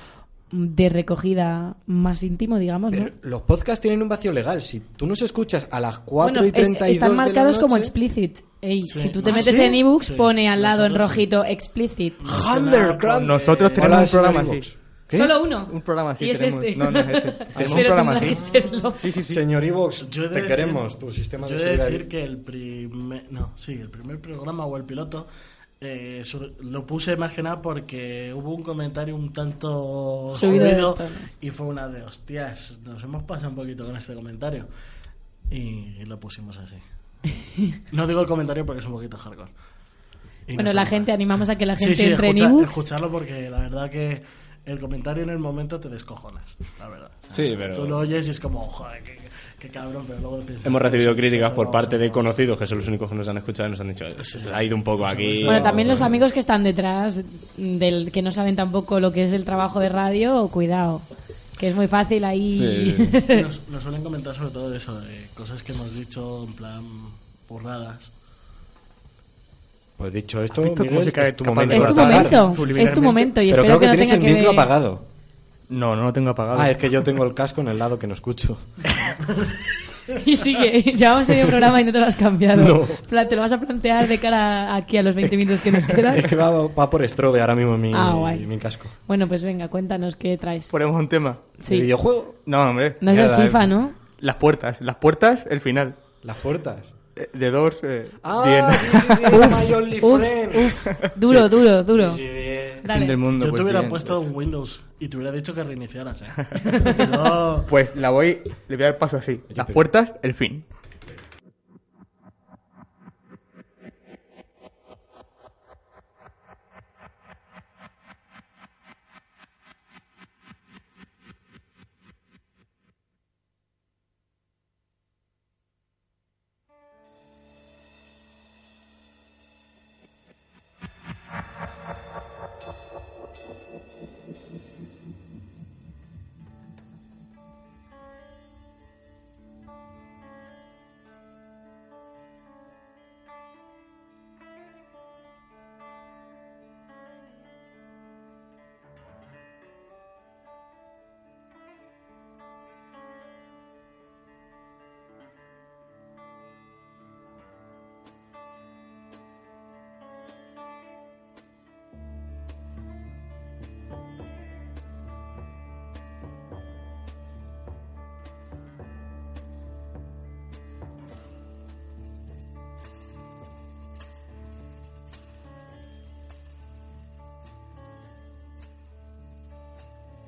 G: de recogida más íntimo, digamos, ¿no?
C: Pero los podcasts tienen un vacío legal. Si tú nos escuchas a las 4
G: Bueno,
C: y
G: es-
C: 32
G: están
C: de la
G: marcados como
C: noche-
G: explicit. Ey,
H: Sí.
G: Si tú te
H: ¿Ah,
G: metes
H: sí?
G: en ebooks,
H: Sí.
G: pone al lado en
H: Nosotros sí.
G: rojito explicit.
C: Hammer, crack.
D: Nosotros
C: Hola,
D: tenemos un
C: señor
D: programa
C: Evox.
D: así. ¿Qué?
G: Solo uno.
D: Un programa así.
G: Y es
D: tenemos.
G: este.
D: No, no
G: [LAUGHS]
D: es este.
G: Pero
D: Tenemos un programa
G: tendrá
D: así.
G: que serlo.
D: Sí, sí, sí.
C: Señor Evox,
H: Yo he
C: te
H: de decir-
C: queremos. Tu sistema
H: yo
C: de
H: he de
C: seguridad.
H: decir que el primer. No, sí, el primer programa o el piloto. eh, sur- lo puse más que nada porque hubo un comentario un tanto
G: Subido de
H: subido
G: tono.
H: y fue una de hostias. Nos hemos pasado un poquito con este comentario y, lo
G: [LAUGHS]
H: pusimos así. No digo el comentario porque es un poquito hardcore. Y
G: Bueno,
H: no
G: la
H: sé
G: gente,
H: más.
G: animamos a que la
H: Sí,
G: gente
H: sí,
G: entre en
H: escucha-
G: ebooks.
H: escucharlo porque la verdad que el comentario en el momento te descojonas, la verdad.
E: Sí,
H: Entonces,
E: pero-
H: Tú lo oyes y es como, joder, qué, qué cabrón, pero luego piensas...
E: Hemos recibido
H: "Sí,
E: críticas
H: sí,
E: por
H: lo
E: parte de
H: vamos a-
E: conocidos, que son los únicos que nos han escuchado y nos han dicho, "Eh, se ha ido un poco aquí.
G: Bueno, también los amigos que están detrás, del que no saben tampoco lo que es el trabajo de radio, cuidado. Que es muy fácil ahí.
E: Sí.
H: Nos, nos suelen comentar sobre todo de eso, de cosas que hemos dicho en plan burradas.
C: Pues dicho esto,
D: ¿Has visto cómo
C: Miguel,
D: se cae
C: es tu
D: capaz
C: momento.
D: de
G: [LAUGHS] es tu
D: tratar
G: momento, es tu
D: subliminalmente?
G: momento y
C: Pero
G: espero
C: creo que,
G: no
C: tienes
G: tenga
C: el
G: que
C: micro
G: ver-
C: apagado.
D: No, no lo tengo apagado.
C: Ah, es que yo tengo el casco en el lado que no escucho.
G: [LAUGHS] Y sigue, llevamos medio programa y no te lo has cambiado.
C: No.
G: Pla- Te lo vas a plantear de cara a- aquí a los 20 minutos que nos quedan.
C: [LAUGHS] Es que va, va por strobe ahora mismo mi,
G: Ah, guay.
C: mi casco.
G: Bueno, pues venga, cuéntanos qué traes.
J: Ponemos un tema.
G: Sí. ¿De videojuego?
J: No, hombre. eh,
G: No es del FIFA,
C: eh.
G: ¿no?
J: Las puertas. Las puertas, el final.
C: ¿Las puertas?
J: De Doors, eh,
C: Ah,
J: bien.
G: [LAUGHS]
C: Uf, only
G: uf,
C: friend.
G: uf. Duro, duro, duro. Dale.
J: Del mundo,
H: Yo
J: pues,
H: te hubiera
J: bien.
H: puesto un Windows y te hubiera dicho que
E: [LAUGHS]
H: reiniciaras, ¿eh? Yo-
J: Pues la voy, le voy a dar paso así. Las puertas, el fin.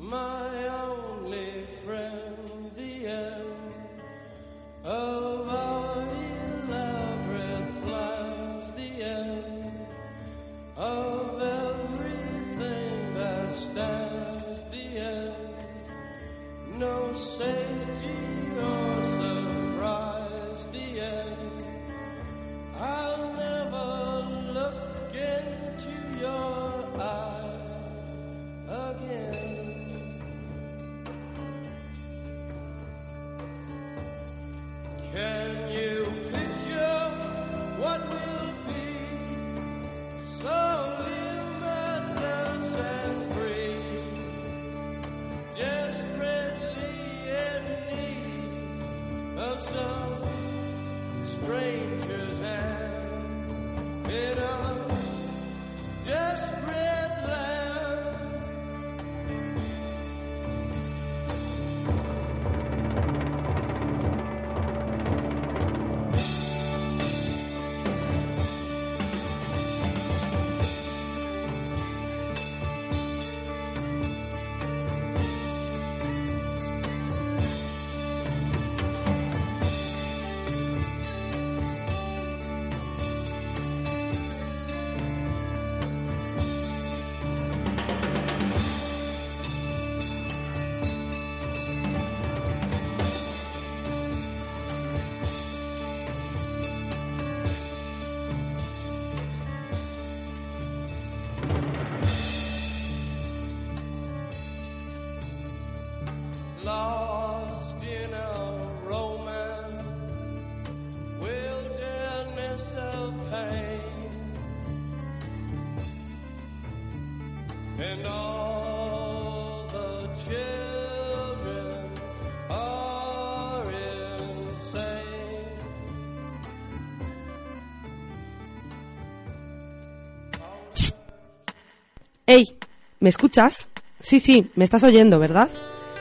D: my only friend. The end of our elaborate plans. The end of everything that stands. The end no safety or surprise. The end. I'll never look into your eyes again. Can you picture what will be? So live madness and free desperately in need of some stranger's hand in a desperate land. Lost in a romance, wilderness of pain, and all the children are insane.
K: Hey, ¿me escuchas? Sí, sí, me estás oyendo, ¿verdad?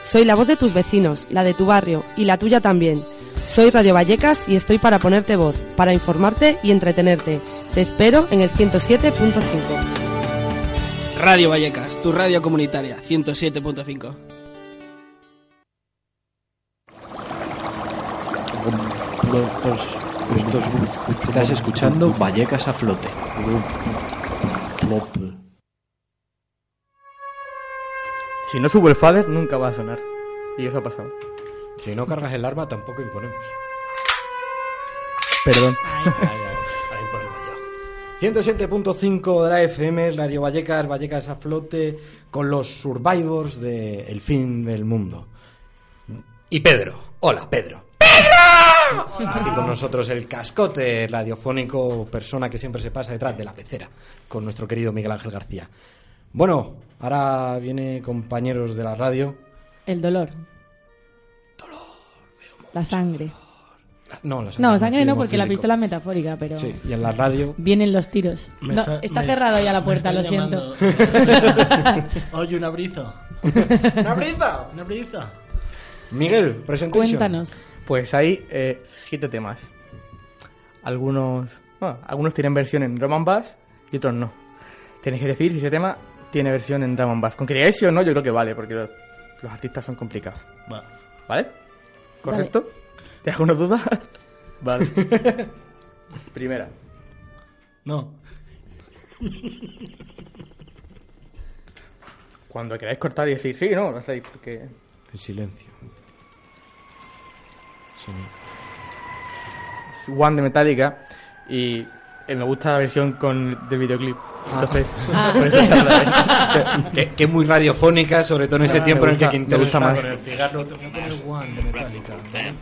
K: Soy la voz de tus vecinos, la de tu barrio y la tuya también. Soy Radio Vallecas y estoy para ponerte voz, para informarte y entretenerte. Te espero en el 107.5.
L: Radio Vallecas, tu radio comunitaria, 107.5.
M: Estás escuchando Vallecas a flote.
J: Si no subo el fader, nunca va a sonar. Y eso ha pasado.
C: Si no cargas el arma, tampoco imponemos.
J: Perdón.
C: Ahora imponemos yo. 107.5 de la FM, Radio Vallecas, Vallecas a flote, con los survivors del fin del mundo. Y Pedro. Hola, Pedro. Aquí con nosotros el cascote radiofónico, persona que siempre se pasa detrás de la pecera, con nuestro querido Miguel Ángel García. Bueno, ahora viene compañeros de la radio.
G: El dolor. La sangre.
C: Ah, No, la
G: No, sangre
C: sí,
G: no, porque la
C: hemofílico.
G: pistola es metafórica, pero.
C: Sí, y en la radio.
G: Vienen los tiros.
H: Me
G: No,
H: está-
G: está
H: me
G: cerrada
H: es-
G: ya la
H: me
G: puerta, lo [LAUGHS]
H: están
G: siento.
H: llamando. [LAUGHS] Oye,
G: [LAUGHS]
H: una brisa.
C: ¿Una brisa?
H: ¿Una brisa?
C: Miguel, presentation.
G: Cuéntanos.
D: Pues hay eh, siete temas. Algunos, bueno, algunos tienen versión en Roman Bass y otros no. Tenéis que decir si ese tema tiene versión en Roman Bass. Con que digáis sí o no, yo creo que vale, porque los, los artistas son complicados.
H: Va.
D: ¿Vale? ¿Correcto? ¿Tienes alguna duda? vale. Primera.
H: No.
D: Cuando queráis cortar y decir sí, no, lo hacéis, porque
C: El silencio. Sonido.
D: One de Metallica y eh, me gusta la versión con del videoclip. Entonces,
C: [LAUGHS] Ah.
D: por eso está la de-
C: Que- que- que es muy radiofónica, sobre todo en ese tiempo en el que
D: gusta-
C: Quintero
D: Ah, me gusta
C: está
D: más.
C: con el cigarro, te voy a poner One de Metallica, ¿vale?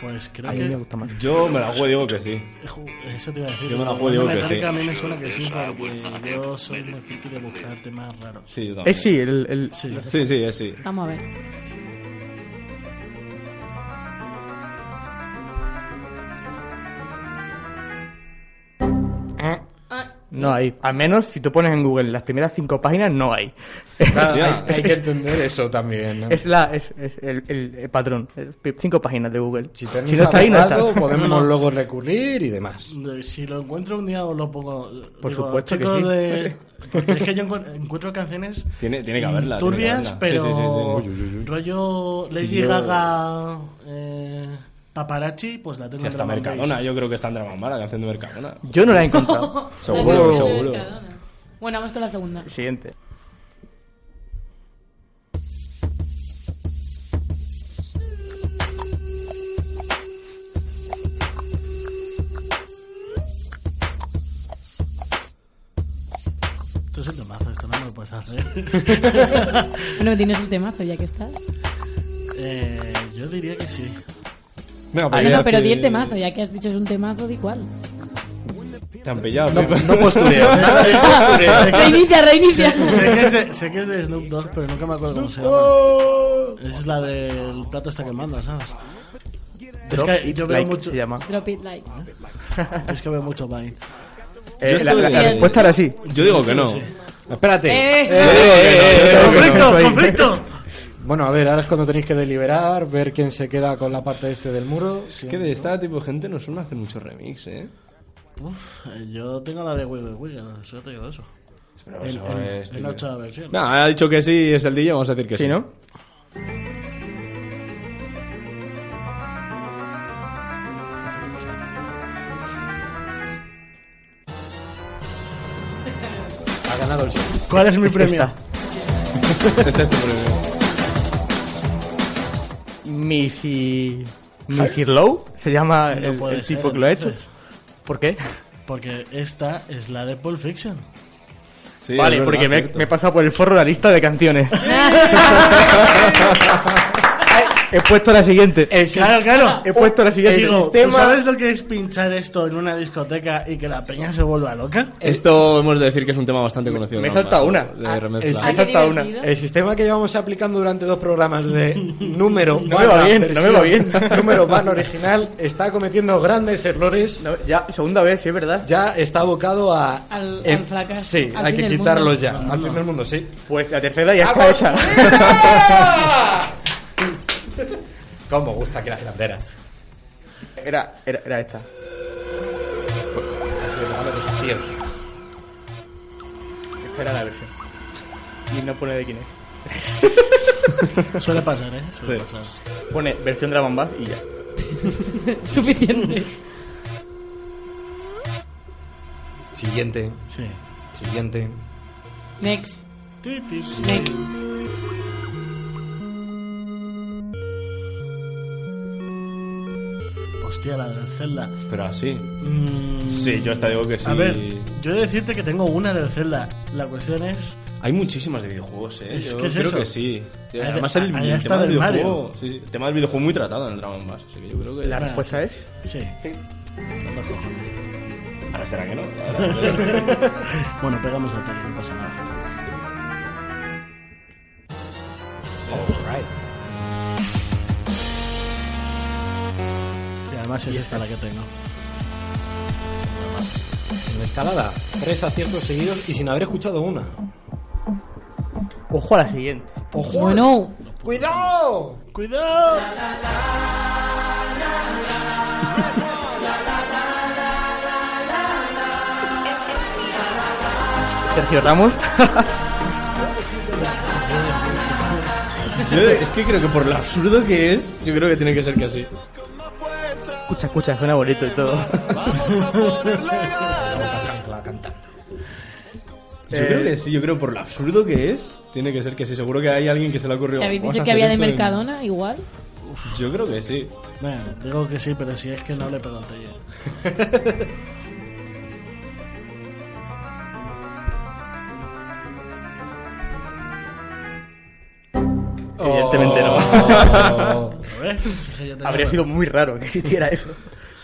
H: Pues creo
D: A mí
H: que.
D: me gusta más.
N: Yo me la juego, digo que sí.
H: Ju- Eso te iba a decir.
N: Yo me la
H: Lo
N: juego,
H: de
N: digo que
H: Metallica
N: sí.
H: A mí me suena que sí, porque yo soy muy friki de buscar temas raros.
N: Sí, yo también.
D: Es Eh, sí, el, el-
H: Sí.
N: Sí, sí, es sí.
G: Vamos a ver.
D: No hay. Al menos si tú pones en Google las primeras cinco páginas, no [LAUGHS] hay.
C: Claro, hay, hay que entender eso también. ¿no?
D: Es, la, es, es el, el- el patrón. El- Cinco páginas de Google. Si,
C: Si
D: no está ahí, no está.
C: algo, podemos luego recurrir y demás.
H: De- Si lo encuentro un día o lo pongo.
D: Por supuesto que
H: chicos
N: [LAUGHS]
D: sí.
H: de- porque es que yo encuentro, encuentro canciones
N: Tiene, tiene que haberla. tiene que
H: turbias,
N: haberla.
H: pero
N: Sí, sí, sí, sí. Uy, uy, uy.
H: rollo Lady
N: Sí, yo-
H: Gaga eh, paparazzi, pues la tengo
N: Sí,
H: en
N: hasta
H: Drum and Bass.
N: Mercadona, yo creo que está en Dramambar, la canción de Mercadona.
D: [LAUGHS] Yo no la he encontrado.
N: seguro,
D: La canción de
N: seguro.
G: Mercadona. Bueno, vamos con la segunda.
D: Siguiente.
H: Esto es un temazo, esto no me lo puedes hacer.
N: [LAUGHS]
G: Bueno, tienes el temazo ya que Ah, está.
H: eh, yo diría que sí.
N: Venga,
G: Ah,
N: pues
G: no,
N: ya
G: no, pero
N: te-
G: di el temazo, ya que has dicho es un temazo, di cuál.
N: Te han pillado.
C: No-
N: Pepe. [LAUGHS]
C: no
D: [LAUGHS]
C: postureas, ¿eh?
H: Sí, postureo.
G: Reinicia, reinicia.
H: Sé, sé que es de, sé que es de Snoop Dogg, pero nunca me acuerdo cómo se llama. Es la del plato está quemando, ¿sabes? Es que yo veo
D: Like
H: mucho.
D: se llama.
G: Drop it like.
H: [LAUGHS] Es que veo
C: [LAUGHS]
H: mucho Vine.
D: Eh,
N: Yo
D: la,
N: estoy
D: la- la
N: diciendo-
D: respuesta era sí.
N: Yo digo que no.
C: Espérate.
G: Eh.
H: ¡Conflicto! ¡Conflicto!
C: Bueno, a ver, ahora es cuando tenéis que deliberar, ver quién se queda con la parte este del muro.
G: eh,
N: Es que de esta tipo de gente no suelen hacer muchos remix, ¿eh?
H: Uf, eh, yo tengo la de Wiggle Wiggle, solo te digo eso.
N: Pero
H: En-
N: eso
H: en-
N: es,
H: en
N: tío.
H: ocho versión.
N: No, ha dicho que sí, es el DJ, vamos a decir que sí.
D: Sí, ¿no?
C: Ha ganado el sí.
H: ¿Cuál es mi premio?
N: Este es tu premio.
D: Missy. Missy Low se llama
H: No
D: el,
H: puede
D: el
H: ser,
D: tipo que lo ha hecho.
H: entonces.
D: ¿Por qué?
H: Porque esta es la de Pulp Fiction.
N: Sí,
D: vale,
N: es verdad,
D: porque me,
N: cierto.
D: me he pasado por el forro la lista de canciones. [LAUGHS] he puesto la siguiente.
H: Claro,
C: Ah,
H: claro.
D: He puesto la siguiente.
H: Digo, ¿tú
D: Sistema-
H: ¿Sabes lo que es pinchar esto en una discoteca y que la peña se vuelva loca?
N: Esto hemos de decir que es un tema bastante conocido.
D: me
N: ¿no?
D: falta una.
N: De
D: Ah,
N: remezcla.
C: El,
D: Ay, qué
C: sistema-
D: divertido.
C: el sistema que llevamos aplicando durante dos programas
G: [LAUGHS]
C: de número
D: No me va
C: barra
D: bien, no me va
C: versión,
D: bien.
C: [LAUGHS] número van original está cometiendo grandes errores.
D: No, ya, segunda vez, sí, es verdad.
C: Ya está abocado a
G: Al- al
C: em,
G: fracaso,
C: Sí,
G: al
C: hay
G: fin
C: que
G: del
C: quitarlo
G: mundo.
C: ya. Al fin del mundo, sí.
D: Pues la tercera ya está hecha.
C: ¿Cómo gusta que las banderas?
D: Era, era, era esta.
E: Pues,
C: Así de regalo los aciertos.
D: Esta era la versión. Y no pone de quién es.
H: Suele pasar, ¿eh? Suele
N: Sí.
H: pasar.
D: Pone versión de la Bass y ya.
G: eh, [LAUGHS] Suficiente.
C: Siguiente,
H: Sí.
C: siguiente.
G: Next. Next.
H: Ostras, hostia, la del Zelda.
E: Pero así.
H: Mm.
E: Sí, yo hasta digo que sí.
H: A ver, yo he de decirte que tengo una del Zelda. La cuestión es.
E: Hay muchísimas de videojuegos, eh.
H: Es
E: yo
H: que es
E: creo
H: eso.
E: que sí. Tío,
H: Ahí de-
E: Además, el,
H: ahí
E: el
H: está
E: tema del
H: del Mario.
E: videojuego. sí, sí, el tema del videojuego muy tratado en el Dragon Ball. Así que yo creo que.
H: La respuesta
D: es.
H: Sí.
E: Ahora será
D: [LAUGHS]
E: que no.
H: bueno, pegamos la tele, no pasa nada. Sí, además es esta la que tengo.
C: En escalada, tres aciertos seguidos y sin haber escuchado una.
D: Ojo a la siguiente.
C: Ojo.
G: Bueno.
C: ¡Cuidado!
H: ¡Cuidado!
D: Sergio Ramos.
E: Yo es que creo que por lo absurdo que es, yo creo que tiene que ser que así.
D: Escucha, escucha, suena bonito y todo.
E: Yo
D: Eh,
E: creo que sí, yo creo por lo absurdo que es, tiene que ser que sí. Seguro que hay alguien que se le ocurrió.
G: Si habéis
E: "Vamos
G: dicho
E: a
G: que
E: hacer
G: había de
E: esto en-".
G: Mercadona, igual.
E: Yo creo que sí.
H: Bueno, digo que sí, pero si es que no le pego al taller.
D: [LAUGHS] Evidentemente
H: Oh.
D: no.
H: ¿Lo ves? Sí que yo tenía
D: Habría
H: razón.
D: sido muy raro que existiera eso.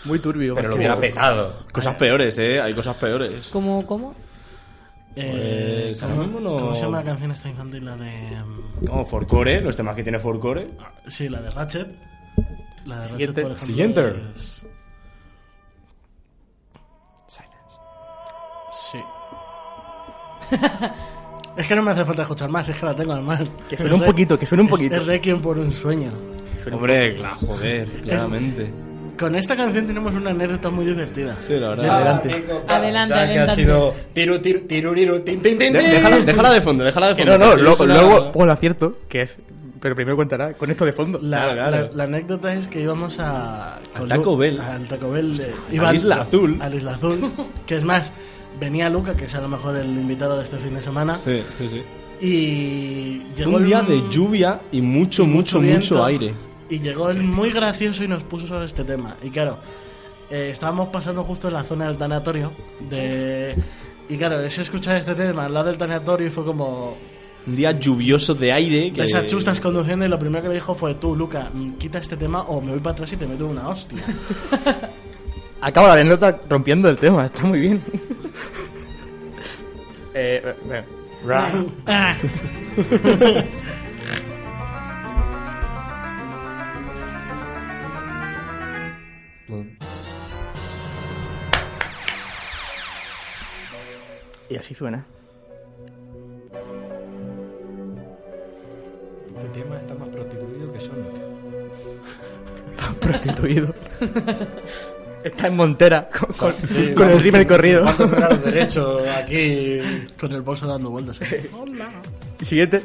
D: Muy turbio.
E: Pero lo hubiera petado. Cosas peores, eh. Hay cosas peores.
G: ¿Cómo? ¿Cómo?
H: Eh,
E: Pues, ahora
H: ¿cómo,
E: mismo no-
H: cómo se llama la canción esta infantil? La de. mm,
E: Como Forcore, los temas que tiene Forcore.
H: Sí, la de Ratchet. La de
E: Siguiente.
H: Ratchet, por ejemplo.
E: Siguiente.
H: es- Sí. [LAUGHS] es que no me hace falta escuchar más, es que la tengo además.
D: Que suene un poquito, que suene un
H: Es-
D: poquito.
H: Es Requiem por un sueño.
E: Hombre, claro, Ah, joder, claramente.
H: Con esta canción tenemos una anécdota muy divertida.
E: Sí, la verdad.
G: Adelante,
C: Ya que ha
G: adelante.
C: sido tiru, tiru, tiruriru, tin, tin, tin,
D: De-
C: tin.
D: déjala- déjala
E: de fondo, déjala de
D: Que no, no, luego, luego pon acierto, que es. Pero primero cuentará con esto de fondo.
H: La, la- la anécdota es que íbamos a. con
D: Taco
H: Lu-
D: Bell.
H: Al Taco Bell. de-
D: al
H: iba
D: Isla Azul.
H: Al Isla Azul. que es más, venía Luca, que es a lo mejor el invitado de este fin de semana.
E: Sí, sí, sí.
H: Y
E: Fue
H: llegó
E: un
H: el-
E: día de lluvia y mucho, mucho,
H: viento.
E: mucho aire.
H: Y llegó él muy gracioso y nos puso sobre este tema. Y claro, eh, estábamos pasando justo en la zona del tanatorio. De... Y claro, es escuchar este tema al lado del tanatorio y fue como.
E: Un día lluvioso de aire. Que...
H: De Sachu estás conduciendo y lo primero que le dijo fue: Tú, Luca, mm, quita este tema o me voy para atrás y te meto una hostia.
D: Acaba la anécdota rompiendo el tema, está muy
C: [LAUGHS]
D: bien. eh, eh, bueno.
H: Ah.
D: [LAUGHS] Y así suena.
C: Este tema está más prostituido que Sonic.
D: Tan prostituido. Está en Montera con, con-
H: Sí,
D: con el
H: vamos,
D: rímel corrido.
H: ¿cuánto me da los derechos aquí con el bolso
D: [LAUGHS]
H: dando vueltas? Hola.
D: Siguiente.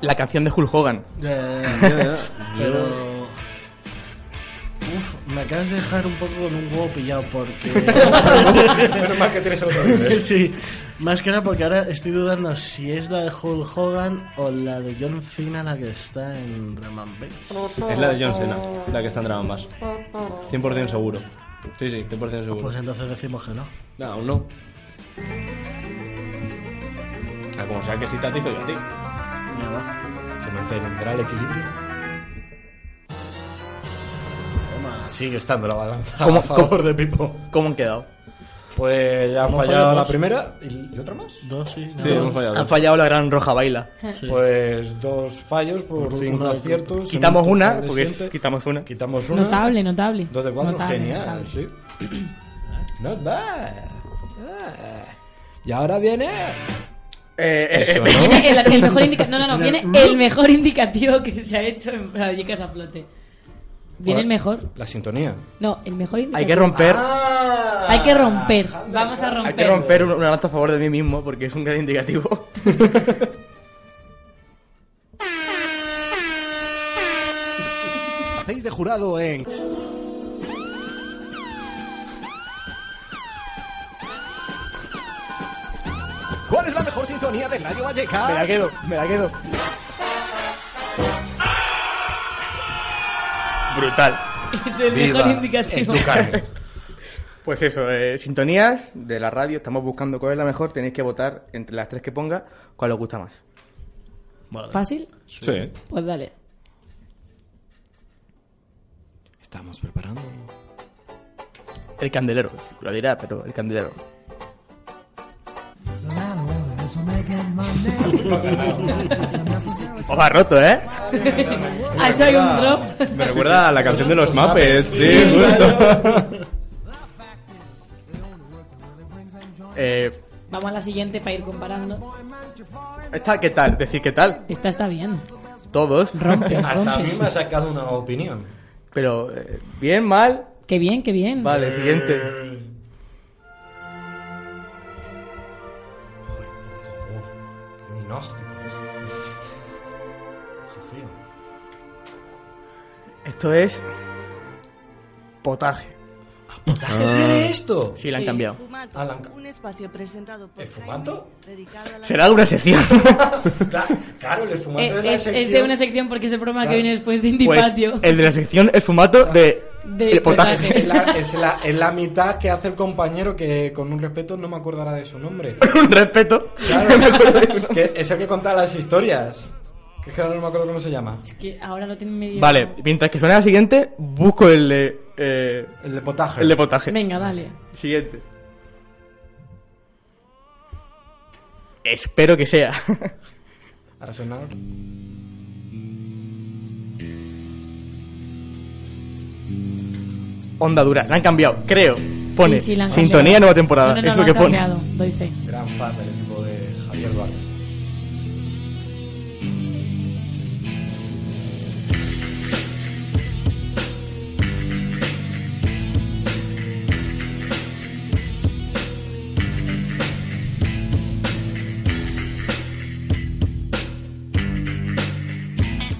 D: La canción de Hulk Hogan. [LAUGHS]
H: Pero. Uf, me acabas de dejar un poco con un huevo pillado
C: [LAUGHS]
H: porque. Menos
C: mal que tienes otro nivel. ¿eh?
H: Sí, más que nada porque ahora estoy dudando si es la de Hulk Hogan o la de John Cena la que está en Raman Bass.
E: Es la de John Cena, la que está en Dragon Ball. 100% seguro. Sí, Ah, sí, 100% seguro.
H: Pues entonces decimos que no.
E: No, aún no. Ah, como sea que sí te atizo yo a ti.
C: ¿Se mantendrá el equilibrio? Sigue estando la balanza
D: ¿Cómo-
C: a favor
D: cómo-
C: de Pipo.
D: ¿Cómo han quedado?
C: Pues ya han
D: Hemos
C: fallado
D: fallado
C: la
D: dos.
C: primera y, y otra más.
H: Dos, sí.
C: Sí, hemos fallado dos.
E: Ah,
D: Han fallado la gran roja baila.
C: Pues dos fallos por
D: Por
C: cinco
D: una-
C: aciertos.
D: Quitamos
C: un total
D: una,
C: de
D: porque
C: siete.
D: quitamos una.
C: Quitamos una.
G: Notable, notable.
C: Dos de cuatro,
G: Notable,
C: genial,
G: notable.
C: sí.
D: [CLEARS THROAT]
C: Not bad. Ah. Y ahora viene.
D: Eh,
C: Eso, ¿no?
G: Viene [LAUGHS] el, el mejor indica- no, no, no,
C: Mira,
G: viene el mejor indicativo que se ha hecho en Vallecas a flote. Viene el mejor.
C: La sintonía.
G: No, el mejor indicativo.
D: Hay que romper.
G: Hay que romper. Vamos a romper.
D: Hay que romper un- una lanza a favor de mí mismo porque es un gran indicativo.
C: Sabéis de jurado en... ¿Cuál es la mejor sintonía de Radio Vallecas?
D: Me la quedo, me la quedo.
O: Brutal.
G: Es el mejor indicativo.
D: Pues eso, eh, sintonías de la radio, estamos buscando cuál es la mejor, tenéis que votar entre las tres que ponga cuál os gusta más.
G: ¿Fácil?
D: Sí.
G: Pues dale.
C: Estamos preparando.
D: [LAUGHS] El candelero, lo dirá, pero el candelero. Os ha roto, ¿eh?
G: Ha hecho ahí un drop.
E: Me recuerda a la canción de los mapes, sí,
D: Sí,
E: justo.
D: Eh,
G: Vamos a la siguiente para ir comparando.
D: ¿Esta qué tal? Decir qué tal.
G: Esta está bien.
D: Todos.
C: Hasta a mí me ha sacado una opinión.
D: Pero, eh, bien, mal.
G: Qué bien, qué bien. Eh,
D: Vale, siguiente.
C: Gnóstico. Sofía.
D: Esto es. Potaje.
C: ¿Tiene esto?
D: Sí, la han cambiado.
C: Ah, la han ca-
P: Un espacio presentado por
C: ¿El fumato?
D: Será de una sección. [LAUGHS] pues,
C: Claro, el fumato
G: Eh,
C: de la
G: es,
C: sección.
G: es de una sección porque es el programa que
C: Claro.
G: viene después de Indie
D: Pues,
G: Patio.
D: el de la sección es fumato de. de potaje.
C: Es la, es, la, es la mitad que hace el compañero que, con un respeto, no me acordará de su nombre.
D: [LAUGHS] un respeto.
C: Claro, que es el que contaba las historias. Que es que ahora no me acuerdo cómo se llama.
G: Es que ahora lo tienen medio.
D: Vale, mientras que suena la siguiente, busco el de. eh,
C: el de potaje.
D: El de potaje.
G: Venga, dale.
D: Siguiente. Espero que sea.
C: Ahora suena.
D: Onda dura. La han cambiado, creo. Pone
G: Sí, sí, la han
D: sintonía
G: cambiado.
D: nueva temporada.
G: No, no, no,
D: es lo
G: han
D: que pone.
G: cambiado, Doy fe.
C: Gran fan del equipo de Javier Duarte.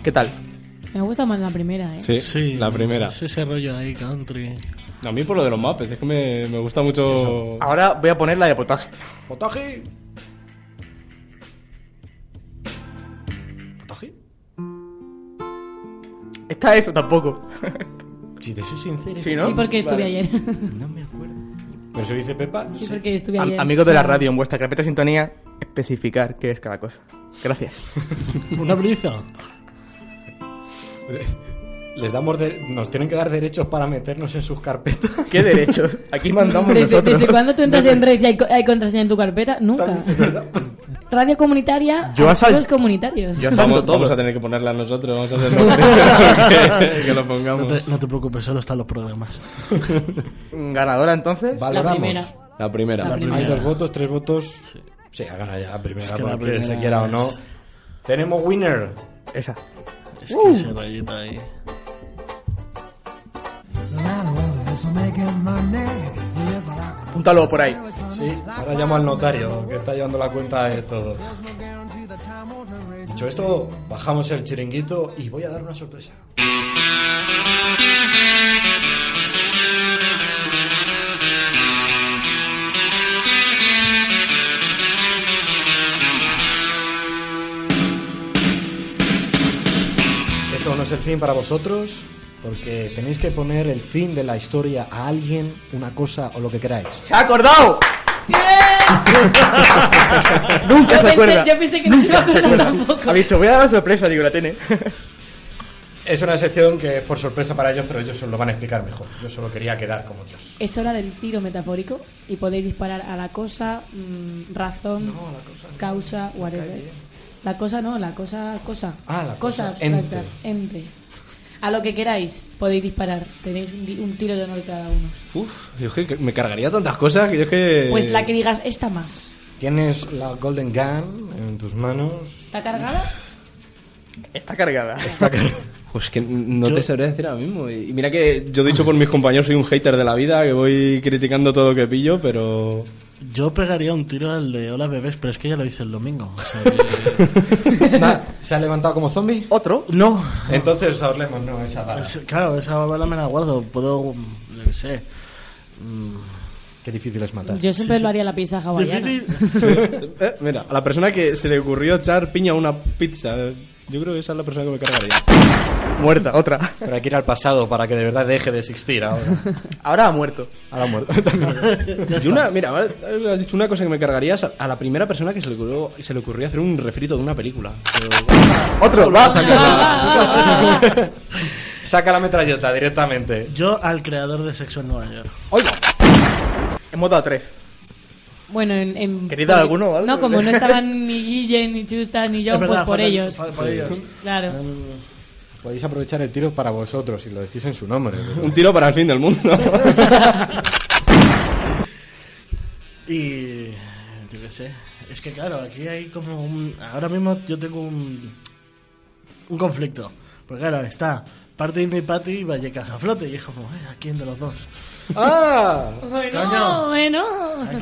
D: ¿Qué tal?
G: Me gusta más la primera, ¿eh?
E: Sí, la primera.
H: Es ese rollo ahí, country.
E: A mí por lo de los mapes, es que me, me gusta mucho...
D: Ahora voy a poner la de potaje.
C: ¡Potaje! ¿Potaje?
D: ¿Esta es o tampoco?
C: Si te soy sincero.
D: Sí, ¿no?
G: Sí, porque estuve
D: Vale.
G: ayer. [LAUGHS]
C: ¿Pero se lo dice Pepa?
G: Sí, porque estuve ayer.
D: Am- amigos de la
G: Sí.
D: radio, [LAUGHS] en vuestra carpeta de sintonía, especificar qué es cada cosa. Gracias.
H: Una brisa.
C: [LAUGHS] Les damos de- Nos tienen que dar derechos para meternos en sus carpetas.
D: ¿Qué derechos? Aquí mandamos
G: ¿Desde,
D: nosotros.
G: desde cuándo tú
D: [LAUGHS]
G: entras en red y hay, co- hay contraseña en tu carpeta? Nunca. Radio comunitaria,
E: Yo asal-
G: archivos comunitarios.
E: vamos, vamos a tener que ponerla nosotros, vamos a hacerlo. que, que lo pongamos.
H: No te, no te preocupes, solo están los programas.
D: ¿Ganadora entonces?
C: [LAUGHS] Valoramos.
E: La primera.
H: La primera.
C: Hay dos votos, tres votos. Sí, ha ganado ya la primera,
H: Es que la
C: porque
H: primera
C: se quiera o no.
H: es-
C: Tenemos winner.
D: Esa.
H: Es que
D: Uh.
H: ese rollito ahí.
D: Apúntalo por ahí.
C: Sí, ahora llamo al notario que está llevando la cuenta de todo. Dicho esto, bajamos el chiringuito y voy a dar una sorpresa. Esto no es el fin para vosotros, porque tenéis que poner el fin de la historia a alguien, una cosa o lo que queráis.
D: ¡Se ha acordado! Nunca
G: Yo
D: se
G: pensé-
D: acuerda.
G: yo pensé que no se iba a
D: Nunca
G: acordar
D: acuerda.
G: tampoco.
D: Ha dicho, voy a dar la sorpresa, digo, la tiene.
C: Es una sección que es por sorpresa para ellos, pero ellos se lo van a explicar mejor. Yo solo quería quedar como Dios.
G: Es hora del tiro metafórico y podéis disparar a la cosa, mm, razón, causa, whatever. La cosa no, la cosa, cosa.
C: Ah, la cosa,
G: abstracta, ente. A lo que queráis podéis disparar. Tenéis un, di- un tiro de honor cada uno.
E: Uf, yo es que me cargaría tantas cosas que yo es que...
H: Eh,
G: Pues la que digas, esta más.
C: Tienes la Golden Gun en tus manos.
G: ¿Está cargada?
D: Está cargada.
C: [LAUGHS]
E: Pues que no te sabría decir ahora mismo. Y y [LAUGHS] mira que yo, dicho por mis compañeros, soy un hater de la vida, que voy criticando todo lo que pillo, pero...
H: Yo pegaría un tiro al de Hola Bebés, pero es que ya lo hice el domingo. o sea que-
C: [LAUGHS] ¿Se ha levantado como zombie?
H: ¿Otro? No.
C: Entonces, Saurlemon, no, esa bala.
H: Es- claro, esa bala me la guardo. Puedo, mm, yo qué sé.
C: Qué difícil es matar.
G: Yo siempre lo haría la pizza hawaiana. [LAUGHS]
E: Eh, mira, a la persona que se le ocurrió echar piña a una pizza, yo creo que esa es la persona que me cargaría.
D: Muerta, otra.
C: Pero hay que ir al pasado para que de verdad deje de existir [LAUGHS] ahora.
E: Ahora ha muerto.
C: Ahora muerto.
E: y una, mira, ahora has dicho una cosa que me cargarías a- a la primera persona que se le ocurrió, se le ocurrió hacer un refrito de una película.
C: Otro, va,
G: Ah,
C: saca. saca la metralleta directamente.
H: Yo al creador de Sexo en Nueva York.
D: Hemos dado tres.
G: Bueno, en, en-
D: Querida,
G: por- e-
D: ¿alguno o algo? [LAUGHS]
G: No, como no estaban ni Guille, ni Chusta, ni yo,
H: Es
G: pues
H: verdad,
G: por
H: falta-
G: ellos.
H: falta por ellos.
G: Claro.
C: Podéis aprovechar el tiro para vosotros si lo decís en su nombre.
E: Un tiro para el fin del [LAUGHS] mundo.
H: Y. Yo qué sé. Es que claro, aquí hay como un. Ahora mismo yo tengo un. Un conflicto. Porque claro, está Parte de mi Patty y Vallecas a flote. Y es como, eh, ¿a quién de los dos?
E: ¡Ah!
G: Bueno,
H: Coño.
G: bueno.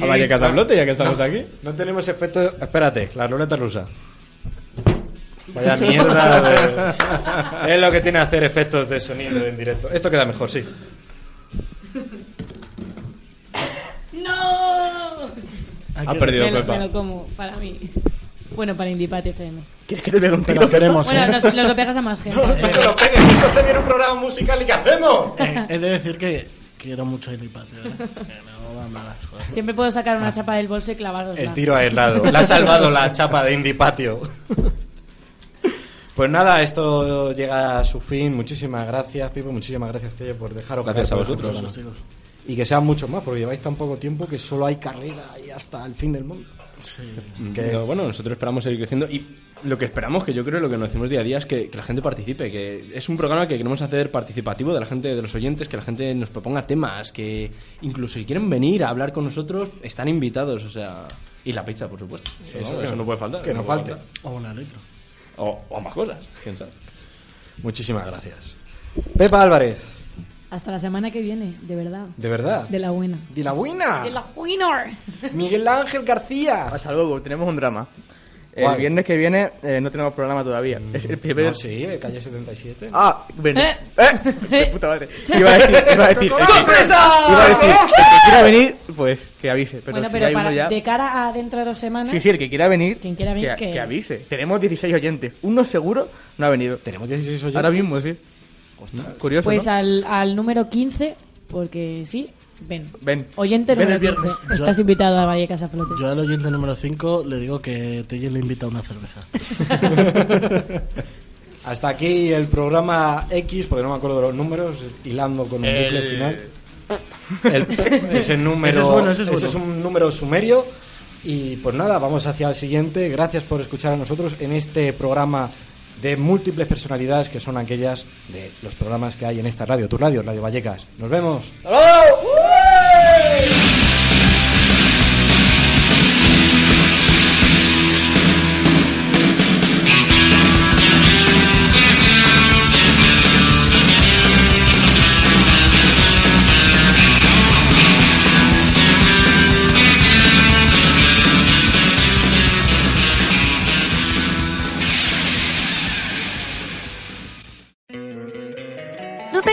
E: A Vallecas a flote, ya que estamos aquí.
C: No tenemos efecto. Espérate, la ruleta rusa. [LAUGHS] Vaya mierda. [LAUGHS] de- Es lo que tiene hacer efectos de sonido en directo. Esto queda mejor, sí.
G: ¡No!
E: Ha perdido
G: me lo,
E: Pepa.
G: me lo como, para mí. Bueno, para Indipati FM.
D: ¿Quieres que te pegue un
H: Te
D: tiro?
C: [LAUGHS]
H: lo queremos,
G: Bueno,
H: ¿eh?
G: nos, nos lo pegas a más
D: [LAUGHS]
G: gente.
C: esto te viene un programa musical y ¿qué hacemos?
H: Eh, he de decir que quiero mucho a mi Patty, ¿verdad? Que no va malas, joder.
G: Siempre puedo sacar
D: Ah.
G: una chapa del bolso y clavarosla.
C: El tiro aislado. La ha salvado la chapa de Indie Patio. Pues nada, esto llega a su fin. Muchísimas gracias, Pipo. Muchísimas gracias, Telle, por dejaros
E: Gracias
C: caer
E: a
C: por este
E: vosotros.
C: programa. Y que sean muchos más, porque lleváis tan poco tiempo que solo hay carrera y hasta el fin del mundo. Que-
E: No, bueno, nosotros esperamos seguir creciendo y lo que esperamos, que yo creo lo que nos decimos día a día es que, que la gente participe, que es un programa que queremos hacer participativo de la gente, de los oyentes, que la gente nos proponga temas, que incluso si quieren venir a hablar con nosotros, están invitados, o sea... Y la pizza, por supuesto. Eso,
C: Eso
E: no,
C: que
E: eso
C: no-
E: no puede faltar.
C: que no
E: puede
C: falte.
E: faltar.
H: O una letra.
E: O, o ambas cosas, quién sabe.
C: Muchísimas gracias. Pepa Álvarez,
G: Hasta la semana que viene, de verdad.
C: de verdad.
G: De la buena.
C: De la
D: Ah.
C: buena.
G: De la winner.
C: Miguel Ángel García.
D: Hasta luego, tenemos un drama. El
C: ¿Cuál?
D: viernes que viene eh, no tenemos programa todavía. Es el primer.
C: No, sí, eh, calle 77.
D: Ah, ven.
G: Eh.
D: ¿Eh? De puta madre. Iba a decir, iba a decir. el que-
C: ¡Sorpresa!
D: Iba a decir, el que quiera venir, pues que avise. Pero
G: bueno,
D: si
G: pero
D: hay uno
G: para-
D: ya.
G: de cara a dentro de dos semanas.
D: Sí, sí, el que quiera venir.
G: Quien quiera venir,
D: que,
G: que-
D: que avise. Tenemos 16 oyentes. Uno seguro no ha venido.
C: Tenemos 16 oyentes.
D: Ahora mismo, sí. Curioso.
G: Pues
D: ¿no?
G: al, al número 15, porque sí, ven.
D: Ven.
G: Oyente
D: Ven el
G: número
D: viernes.
G: 15. Estás invitado a Vallecas a flote.
H: Yo al oyente número 5 le digo que Telle le invita a una cerveza.
C: [LAUGHS] Hasta aquí el programa X, porque no me acuerdo de los números, hilando con un bucle final.
H: [LAUGHS]
C: El- ese número,
H: Ese es bueno, ese es bueno.
C: un número sumerio. Y pues nada, vamos hacia el siguiente. Gracias por escuchar a nosotros en este programa de múltiples personalidades que son aquellas de los programas que hay en esta radio, tu radio, Radio Vallecas. Nos vemos.
Q: ¿No te